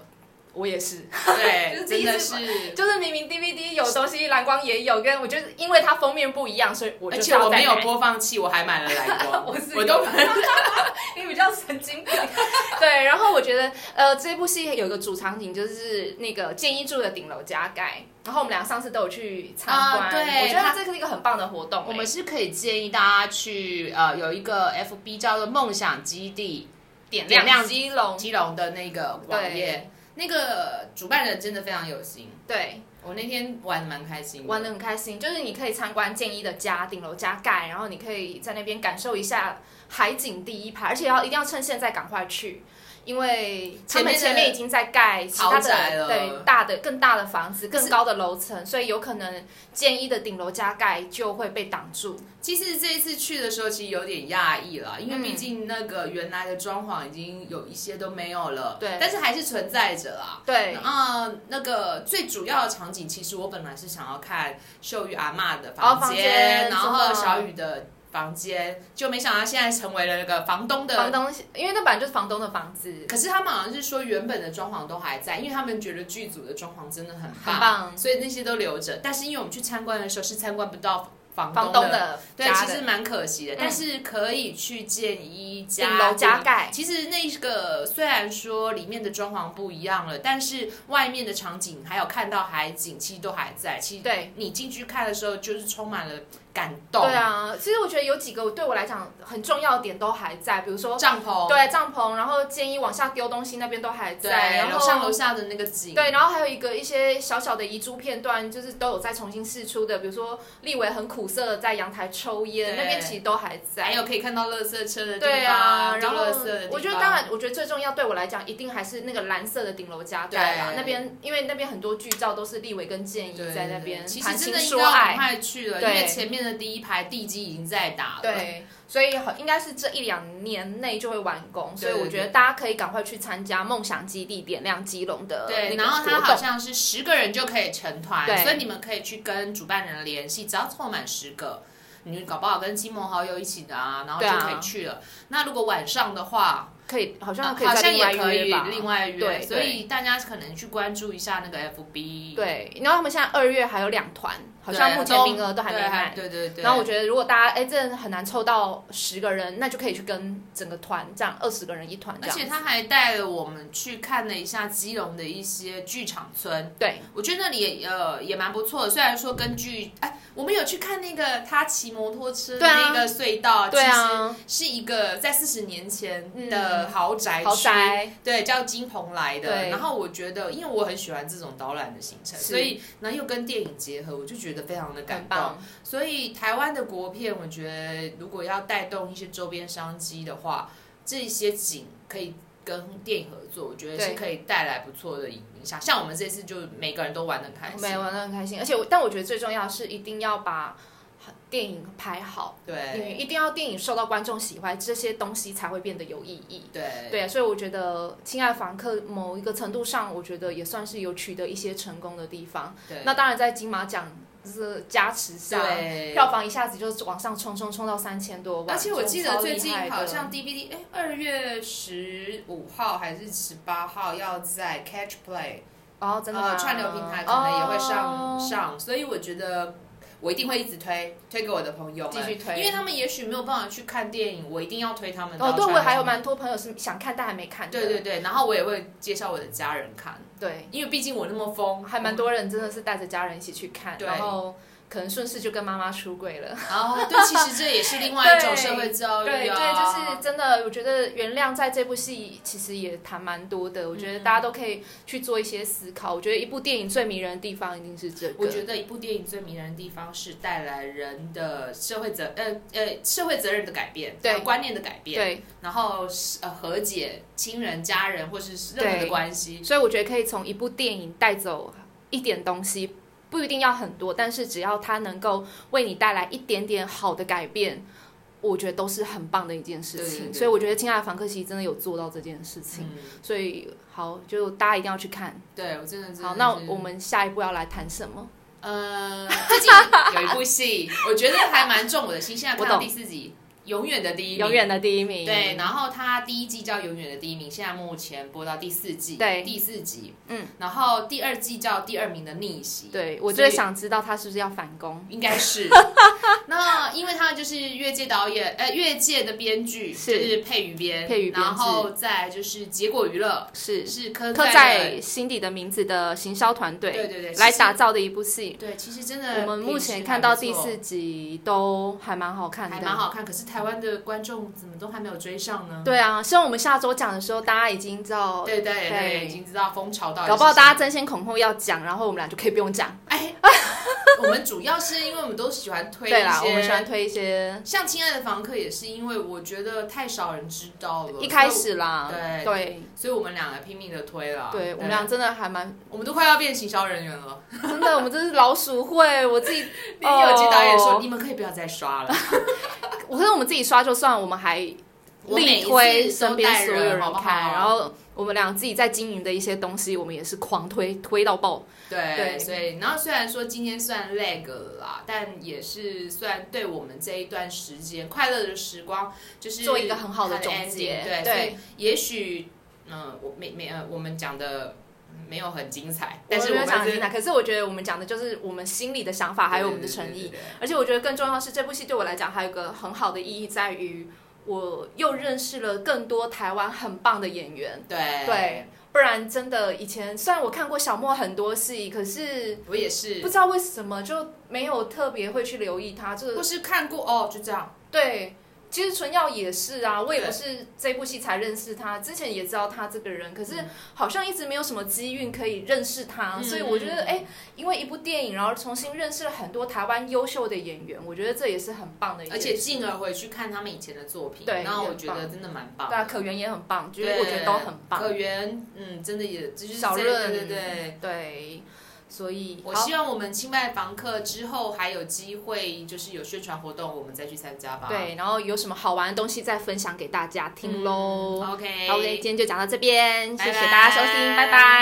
Speaker 2: 我也是，
Speaker 1: 对，
Speaker 3: 就是第
Speaker 1: 真
Speaker 3: 一
Speaker 1: 的
Speaker 3: 次
Speaker 1: 是，
Speaker 2: 就是明明 DVD 有东西，蓝光也有，跟我就是因为它封面不一样，所以我
Speaker 1: 而
Speaker 2: 就
Speaker 1: 且我
Speaker 2: 要再
Speaker 1: 没有
Speaker 2: 买
Speaker 1: 播放器，我还买了蓝
Speaker 2: [LAUGHS]
Speaker 1: 光，
Speaker 3: 我是
Speaker 1: 我都
Speaker 3: 你比较神经病，
Speaker 2: 对，然后我觉得，呃，这部戏有一个主场景就是那个建一住的顶楼加盖，然后我们俩上次都有去参观，
Speaker 1: 啊对
Speaker 2: 我觉得
Speaker 1: 它
Speaker 2: 这是一个很棒的活
Speaker 1: [LAUGHS]
Speaker 2: 动、
Speaker 1: 我
Speaker 2: 欸
Speaker 1: 们是可以建议大家去呃有一个 FB 叫做梦想基地
Speaker 2: 点
Speaker 1: 点
Speaker 2: 亮
Speaker 1: 亮
Speaker 2: 基隆，
Speaker 1: 基隆的那个网页，那个主办人真的非常有心，
Speaker 2: 对，
Speaker 1: 我那天玩得蛮开心，
Speaker 2: 玩的。很开心。就是你可以参观建一的家顶楼加盖，然后你可以在那边感受一下海景第一排，而且要一定要趁现在赶快去。因为他
Speaker 1: 前
Speaker 2: 们
Speaker 1: 面的
Speaker 2: 前面已经在盖其他
Speaker 1: 豪宅了
Speaker 2: 的对大的更大的房子、
Speaker 1: 可是
Speaker 2: 更高的楼层，所以有可能建一的顶楼加盖就会被挡住。
Speaker 1: 其实这一次去的时候，其实有点讶异啦，因为
Speaker 2: 嗯
Speaker 1: 毕竟那个原来的装潢已经有一些都没有了，
Speaker 2: 对
Speaker 1: 但是还是存在着啦。
Speaker 2: 对，
Speaker 1: 啊、那个最主要的场景，其实我本来是想要看秀玉阿嬷的
Speaker 2: 哦
Speaker 1: 房
Speaker 2: 房间
Speaker 1: 间，然
Speaker 2: 真
Speaker 1: 后
Speaker 2: 的
Speaker 1: 小雨的房间，就没想到现在成为了那个房东的。
Speaker 2: 房东，因为那本来就是房东的房子，
Speaker 1: 可是他们好像是说原本的装潢都还在，因为他们觉得剧组的装潢真的很
Speaker 2: 很棒。
Speaker 1: 所以那些都留着。但是因为我们去参观的时候是参观不到房
Speaker 2: 房
Speaker 1: 东
Speaker 2: 东的
Speaker 1: 对，
Speaker 2: 家
Speaker 1: 其
Speaker 2: 的
Speaker 1: 实蛮可惜的。
Speaker 2: 嗯
Speaker 1: 但是可以去建一家
Speaker 2: 顶楼加盖，
Speaker 1: 其实那个虽然说里面的装潢不一样了，但是外面的场景还有看到海景，其实都还在。其实
Speaker 2: 对
Speaker 1: 你进去看的时候，就是充满了感动。
Speaker 2: 对，啊。其实我觉得有几个对我来讲很重要的点都还在，比如说
Speaker 1: 帐篷，
Speaker 2: 对帐篷，然后建议往下丢东西那边都还
Speaker 1: 对，
Speaker 2: 在，然
Speaker 1: 楼上
Speaker 2: 后
Speaker 1: 楼。下的那个景，
Speaker 2: 对，然后还有一个一些小小的遗珠片段，就是都有在重新试出的，比如说立伟很苦涩的在阳台抽烟，
Speaker 1: 对
Speaker 2: 那边其实都还在。
Speaker 1: 还有可以看到垃圾车的地方，
Speaker 2: 对啊，
Speaker 1: 丢
Speaker 2: 然后
Speaker 1: 垃圾的地方
Speaker 2: 我觉得当然，我觉得最重要对我来讲，一定还是那个蓝色的顶楼加盖啦。
Speaker 1: 对
Speaker 2: 那边因为那边很多剧照都是立伟跟建议
Speaker 1: 对
Speaker 2: 在那
Speaker 1: 对
Speaker 2: 边
Speaker 1: 其
Speaker 2: 谈
Speaker 1: 实真
Speaker 2: 情
Speaker 1: 的应
Speaker 2: 说
Speaker 1: 该要赶
Speaker 2: 爱，
Speaker 1: 快去了，因
Speaker 2: 对
Speaker 1: 为前面的第一排地基已经在打了。。
Speaker 2: 对，所以很应该是这一两年内就会完工，所以
Speaker 1: 对对
Speaker 2: 我觉得大家可以赶快去参加梦想基地点亮基隆的
Speaker 1: 对，
Speaker 2: 那
Speaker 1: 然后
Speaker 2: 个
Speaker 1: 它
Speaker 2: 活
Speaker 1: 好
Speaker 2: 动。
Speaker 1: 像是十个人就可以成团
Speaker 2: 对，
Speaker 1: 所以你们可以去跟主办人联系，只要凑满十个，你搞不好跟亲朋好友一起的啊，然后
Speaker 2: 对
Speaker 1: 就
Speaker 2: 啊
Speaker 1: 可以去了。那如果晚上的话，
Speaker 2: 可以，好
Speaker 1: 呃
Speaker 2: 像可以
Speaker 1: 好
Speaker 2: 再
Speaker 1: 像
Speaker 2: 另
Speaker 1: 也
Speaker 2: 外
Speaker 1: 可
Speaker 2: 约
Speaker 1: 以
Speaker 2: 吧。
Speaker 1: 另外
Speaker 2: 对
Speaker 1: 约，
Speaker 2: 对
Speaker 1: 所以大家可能去关注一下那个 FB。
Speaker 2: 对，然后他们现在二月还有两团，好
Speaker 1: 对，
Speaker 2: 像目前名额都还没
Speaker 1: 对
Speaker 2: 满。
Speaker 1: 对对对。
Speaker 2: 然后我觉得，如果大家哎，真的很难凑到十个人，那就可以去跟整个团这样，二十个人一团
Speaker 1: 而
Speaker 2: 这样。
Speaker 1: 且他还带了我们去看了一下基隆的一些剧场村，
Speaker 2: 对，
Speaker 1: 我觉得那里也呃也蛮不错的。虽然说根据哎，我们有去看那个他骑摩托车的
Speaker 2: 对
Speaker 1: 那
Speaker 2: 啊
Speaker 1: 个隧道，
Speaker 2: 对，啊，嗯
Speaker 1: 是一个在四十年前的豪宅区
Speaker 2: 豪，宅
Speaker 1: 对，叫金鹏来的。
Speaker 2: 对
Speaker 1: 然后我觉得，因为我很喜欢这种导览的行程，
Speaker 2: 是
Speaker 1: 所以然后又跟电影结合，我就觉得非常的
Speaker 2: 很
Speaker 1: 感动。
Speaker 2: 棒。
Speaker 1: 所以台湾的国片，我觉得如果要带动一些周边商机的话，这些景可以跟电影合作，我觉得是
Speaker 2: 对
Speaker 1: 可以带来不错的影响。像我们这次就每个人都玩的开
Speaker 2: 没
Speaker 1: 心，
Speaker 2: 玩的很开心，而且我但我觉得最重要的是一定要把电影拍好，你
Speaker 1: 对
Speaker 2: 一定要电影受到观众喜欢，这些东西才会变得有意义。
Speaker 1: 对
Speaker 2: 对，啊所以我觉得《亲爱的房客》某一个程度上，我觉得也算是有取得一些成功的地方。
Speaker 1: 对，
Speaker 2: 那当然，在金马奖就是加持下，
Speaker 1: 对
Speaker 2: 票房一下子就往上冲，冲冲到三千多万。
Speaker 1: 而且我记得最近
Speaker 2: 超厉害的
Speaker 1: 好像 DVD，哎，二月十五号还是十八号要在 Catch Play
Speaker 2: 哦，真的吗、
Speaker 1: 呃串流平台可能也会上、
Speaker 2: 哦
Speaker 1: 上，所以我觉得我一定会一直推推给我的朋友们，
Speaker 2: 哦继续推
Speaker 1: 因为他们也许没有办法去看电影，我一定要推他们到
Speaker 2: 哦，对，
Speaker 1: 串
Speaker 2: 我
Speaker 1: 流
Speaker 2: 还有蛮多朋友是想看但还没看的。
Speaker 1: 对对对，然后我也会介绍我的家人看，
Speaker 2: 对，
Speaker 1: 因为毕竟我那么疯，
Speaker 2: [LAUGHS] 还蛮多人真的是带着家人一起去看，
Speaker 1: 对
Speaker 2: 然后可能顺势就跟妈妈出柜了。
Speaker 1: 然后对，其实这也是另外一种
Speaker 2: 对
Speaker 1: 社会教育、啊，
Speaker 2: [LAUGHS] 对对，就是真的，我觉得原谅在这部戏其实也谈蛮多的，我觉得大家都可以去做一些思考。我觉得一部电影最迷人的地方一定是这个，
Speaker 1: 我觉得一部电影最迷人的地方是带来人的社会责呃呃社会责任的改变，
Speaker 2: 对
Speaker 1: 还有观念的改变，
Speaker 2: 对，
Speaker 1: 然后是呃和解亲人、家人或是任何
Speaker 2: 对
Speaker 1: 的关系，
Speaker 2: 所以我觉得可以从一部电影带走一点东西，不一定要很多，但是只要它能够为你带来一点点好的改变。我觉得都是很棒的一件事情，
Speaker 1: 对对对
Speaker 2: 所以我觉得《亲爱的房客》其实真的有做到这件事情，
Speaker 1: 嗯，
Speaker 2: 所以好，就大家一定要去看。
Speaker 1: 对我真的真的
Speaker 2: 好，那
Speaker 1: 是
Speaker 2: 我们下一步要来谈什么？
Speaker 1: 呃最近有一部戏，我觉得还蛮重我的心，现在
Speaker 2: 我
Speaker 1: 看到
Speaker 2: 懂
Speaker 1: 第四集，永远的第一名，
Speaker 2: 永远的第一名。
Speaker 1: 对，然后它第一季叫《永远的第一名》，现在目前播到第四季，
Speaker 2: 对
Speaker 1: 第四集，
Speaker 2: 嗯，
Speaker 1: 然后第二季叫《第二名的逆袭》，，
Speaker 2: 对
Speaker 1: 所
Speaker 2: 我
Speaker 1: 以
Speaker 2: 最想知道他是不是要反攻。
Speaker 1: 应该
Speaker 2: [LAUGHS]
Speaker 1: 是。那因为他就是越界导演，呃，越界的编剧
Speaker 2: 是
Speaker 1: 就是配鱼编，
Speaker 2: 配鱼编制
Speaker 1: 然后再来就是结果娱乐
Speaker 2: 是
Speaker 1: 是科
Speaker 2: 刻
Speaker 1: 在
Speaker 2: 在心底的名字的行销团队，
Speaker 1: 对对对
Speaker 2: 来
Speaker 1: 其实
Speaker 2: 打造的一部戏。
Speaker 1: 对，其实真的
Speaker 2: 我们目前看到第四集都还蛮好看
Speaker 1: 还
Speaker 2: 的，
Speaker 1: 蛮好看，可是台湾的观众怎么都还没有追上呢？
Speaker 2: 对啊，希望我们下周讲的时候，大家已经知道，
Speaker 1: 对对
Speaker 2: 对
Speaker 1: 已经知道风潮到底是什么，
Speaker 2: 搞不好大家争先恐后要讲，然后我们俩就可以不用讲。
Speaker 1: 哎，我们主要是因为我们都喜欢推一
Speaker 2: 对啦，
Speaker 1: 些，
Speaker 2: 我们喜欢推一些
Speaker 1: 像《亲爱的房客》也是因为我觉得太少人知道了，
Speaker 2: 一开始啦，
Speaker 1: 对
Speaker 2: 对
Speaker 1: 所以，所以我们两个拼命的推了，
Speaker 2: 对，我们哦俩真的还蛮
Speaker 1: 我们都快要变行销人员了。。
Speaker 2: 真的，我们这是老鼠会，我自己
Speaker 1: 林有基导演说：“
Speaker 2: 哦，
Speaker 1: 你们可以不要再刷了，
Speaker 2: 我说我们自己刷就算，我们还
Speaker 1: 我每
Speaker 2: 力
Speaker 1: 一
Speaker 2: 推
Speaker 1: 次
Speaker 2: 身
Speaker 1: 都
Speaker 2: 边
Speaker 1: 带
Speaker 2: 所有
Speaker 1: 好
Speaker 2: 人
Speaker 1: 不好
Speaker 2: 看，然后我们俩自己在经营的一些东西，我们也是狂推推到爆。
Speaker 1: 对，
Speaker 2: 对
Speaker 1: 所以然后虽然说今天算 lag 了啦，但也是算对我们这一段时间快乐的时光，就是
Speaker 2: 做一个很好的总结
Speaker 1: ending，对，
Speaker 2: 对
Speaker 1: 所以也许嗯、呃我没没呃，我们讲的没有很精彩，但是
Speaker 2: 没
Speaker 1: 我
Speaker 2: 有
Speaker 1: 们
Speaker 2: 讲的
Speaker 1: 是
Speaker 2: 精彩，可是我觉得我们讲的就是我们心里的想法，还有我们的诚
Speaker 1: 对对
Speaker 2: 意
Speaker 1: 对。对对
Speaker 2: 而且我觉得更重要的是，这部戏对我来讲还有一个很好的意义在于，我又认识了更多台湾很棒的演员。
Speaker 1: 对
Speaker 2: 对，不然真的以前虽然我看过小莫很多戏，可是
Speaker 1: 我也是
Speaker 2: 不，知道为什么就没有特别会去留意他。就是
Speaker 1: 或是看过哦，就这样，
Speaker 2: 对，其实纯耀也是啊，我也
Speaker 1: 对
Speaker 2: 不是这部戏才认识他，之前也知道他这个人，可是
Speaker 1: 嗯
Speaker 2: 好像一直没有什么机运可以认识他，
Speaker 1: 嗯
Speaker 2: 所以我觉得哎、因为一部电影，然后重新认识了很多台湾优秀的演员，我觉得这也是很棒的一
Speaker 1: 而
Speaker 2: 件
Speaker 1: 且
Speaker 2: 事，
Speaker 1: 进而回去看他们以前的作品，
Speaker 2: 对
Speaker 1: 然后我
Speaker 2: 很
Speaker 1: 觉
Speaker 2: 棒
Speaker 1: 得真的蛮棒
Speaker 2: 对啊，
Speaker 1: 的。
Speaker 2: 可媛也很棒，就是
Speaker 1: 对
Speaker 2: 我觉得都很棒，
Speaker 1: 可原，嗯，真的也就是
Speaker 2: 小
Speaker 1: 这
Speaker 2: 润
Speaker 1: 对对对。
Speaker 2: 对，所以
Speaker 1: 我
Speaker 2: 好
Speaker 1: 希望我们清迈房客之后还有机会，就是有宣传活动，我们再去参加吧。
Speaker 2: 对，然后有什么好玩的东西再分享给大家听
Speaker 1: 嗯
Speaker 2: 喽。
Speaker 1: ，OK，
Speaker 2: 好，OK，今天就讲到这边，谢
Speaker 1: 拜
Speaker 2: 谢
Speaker 1: 拜
Speaker 2: 大家收听，拜拜。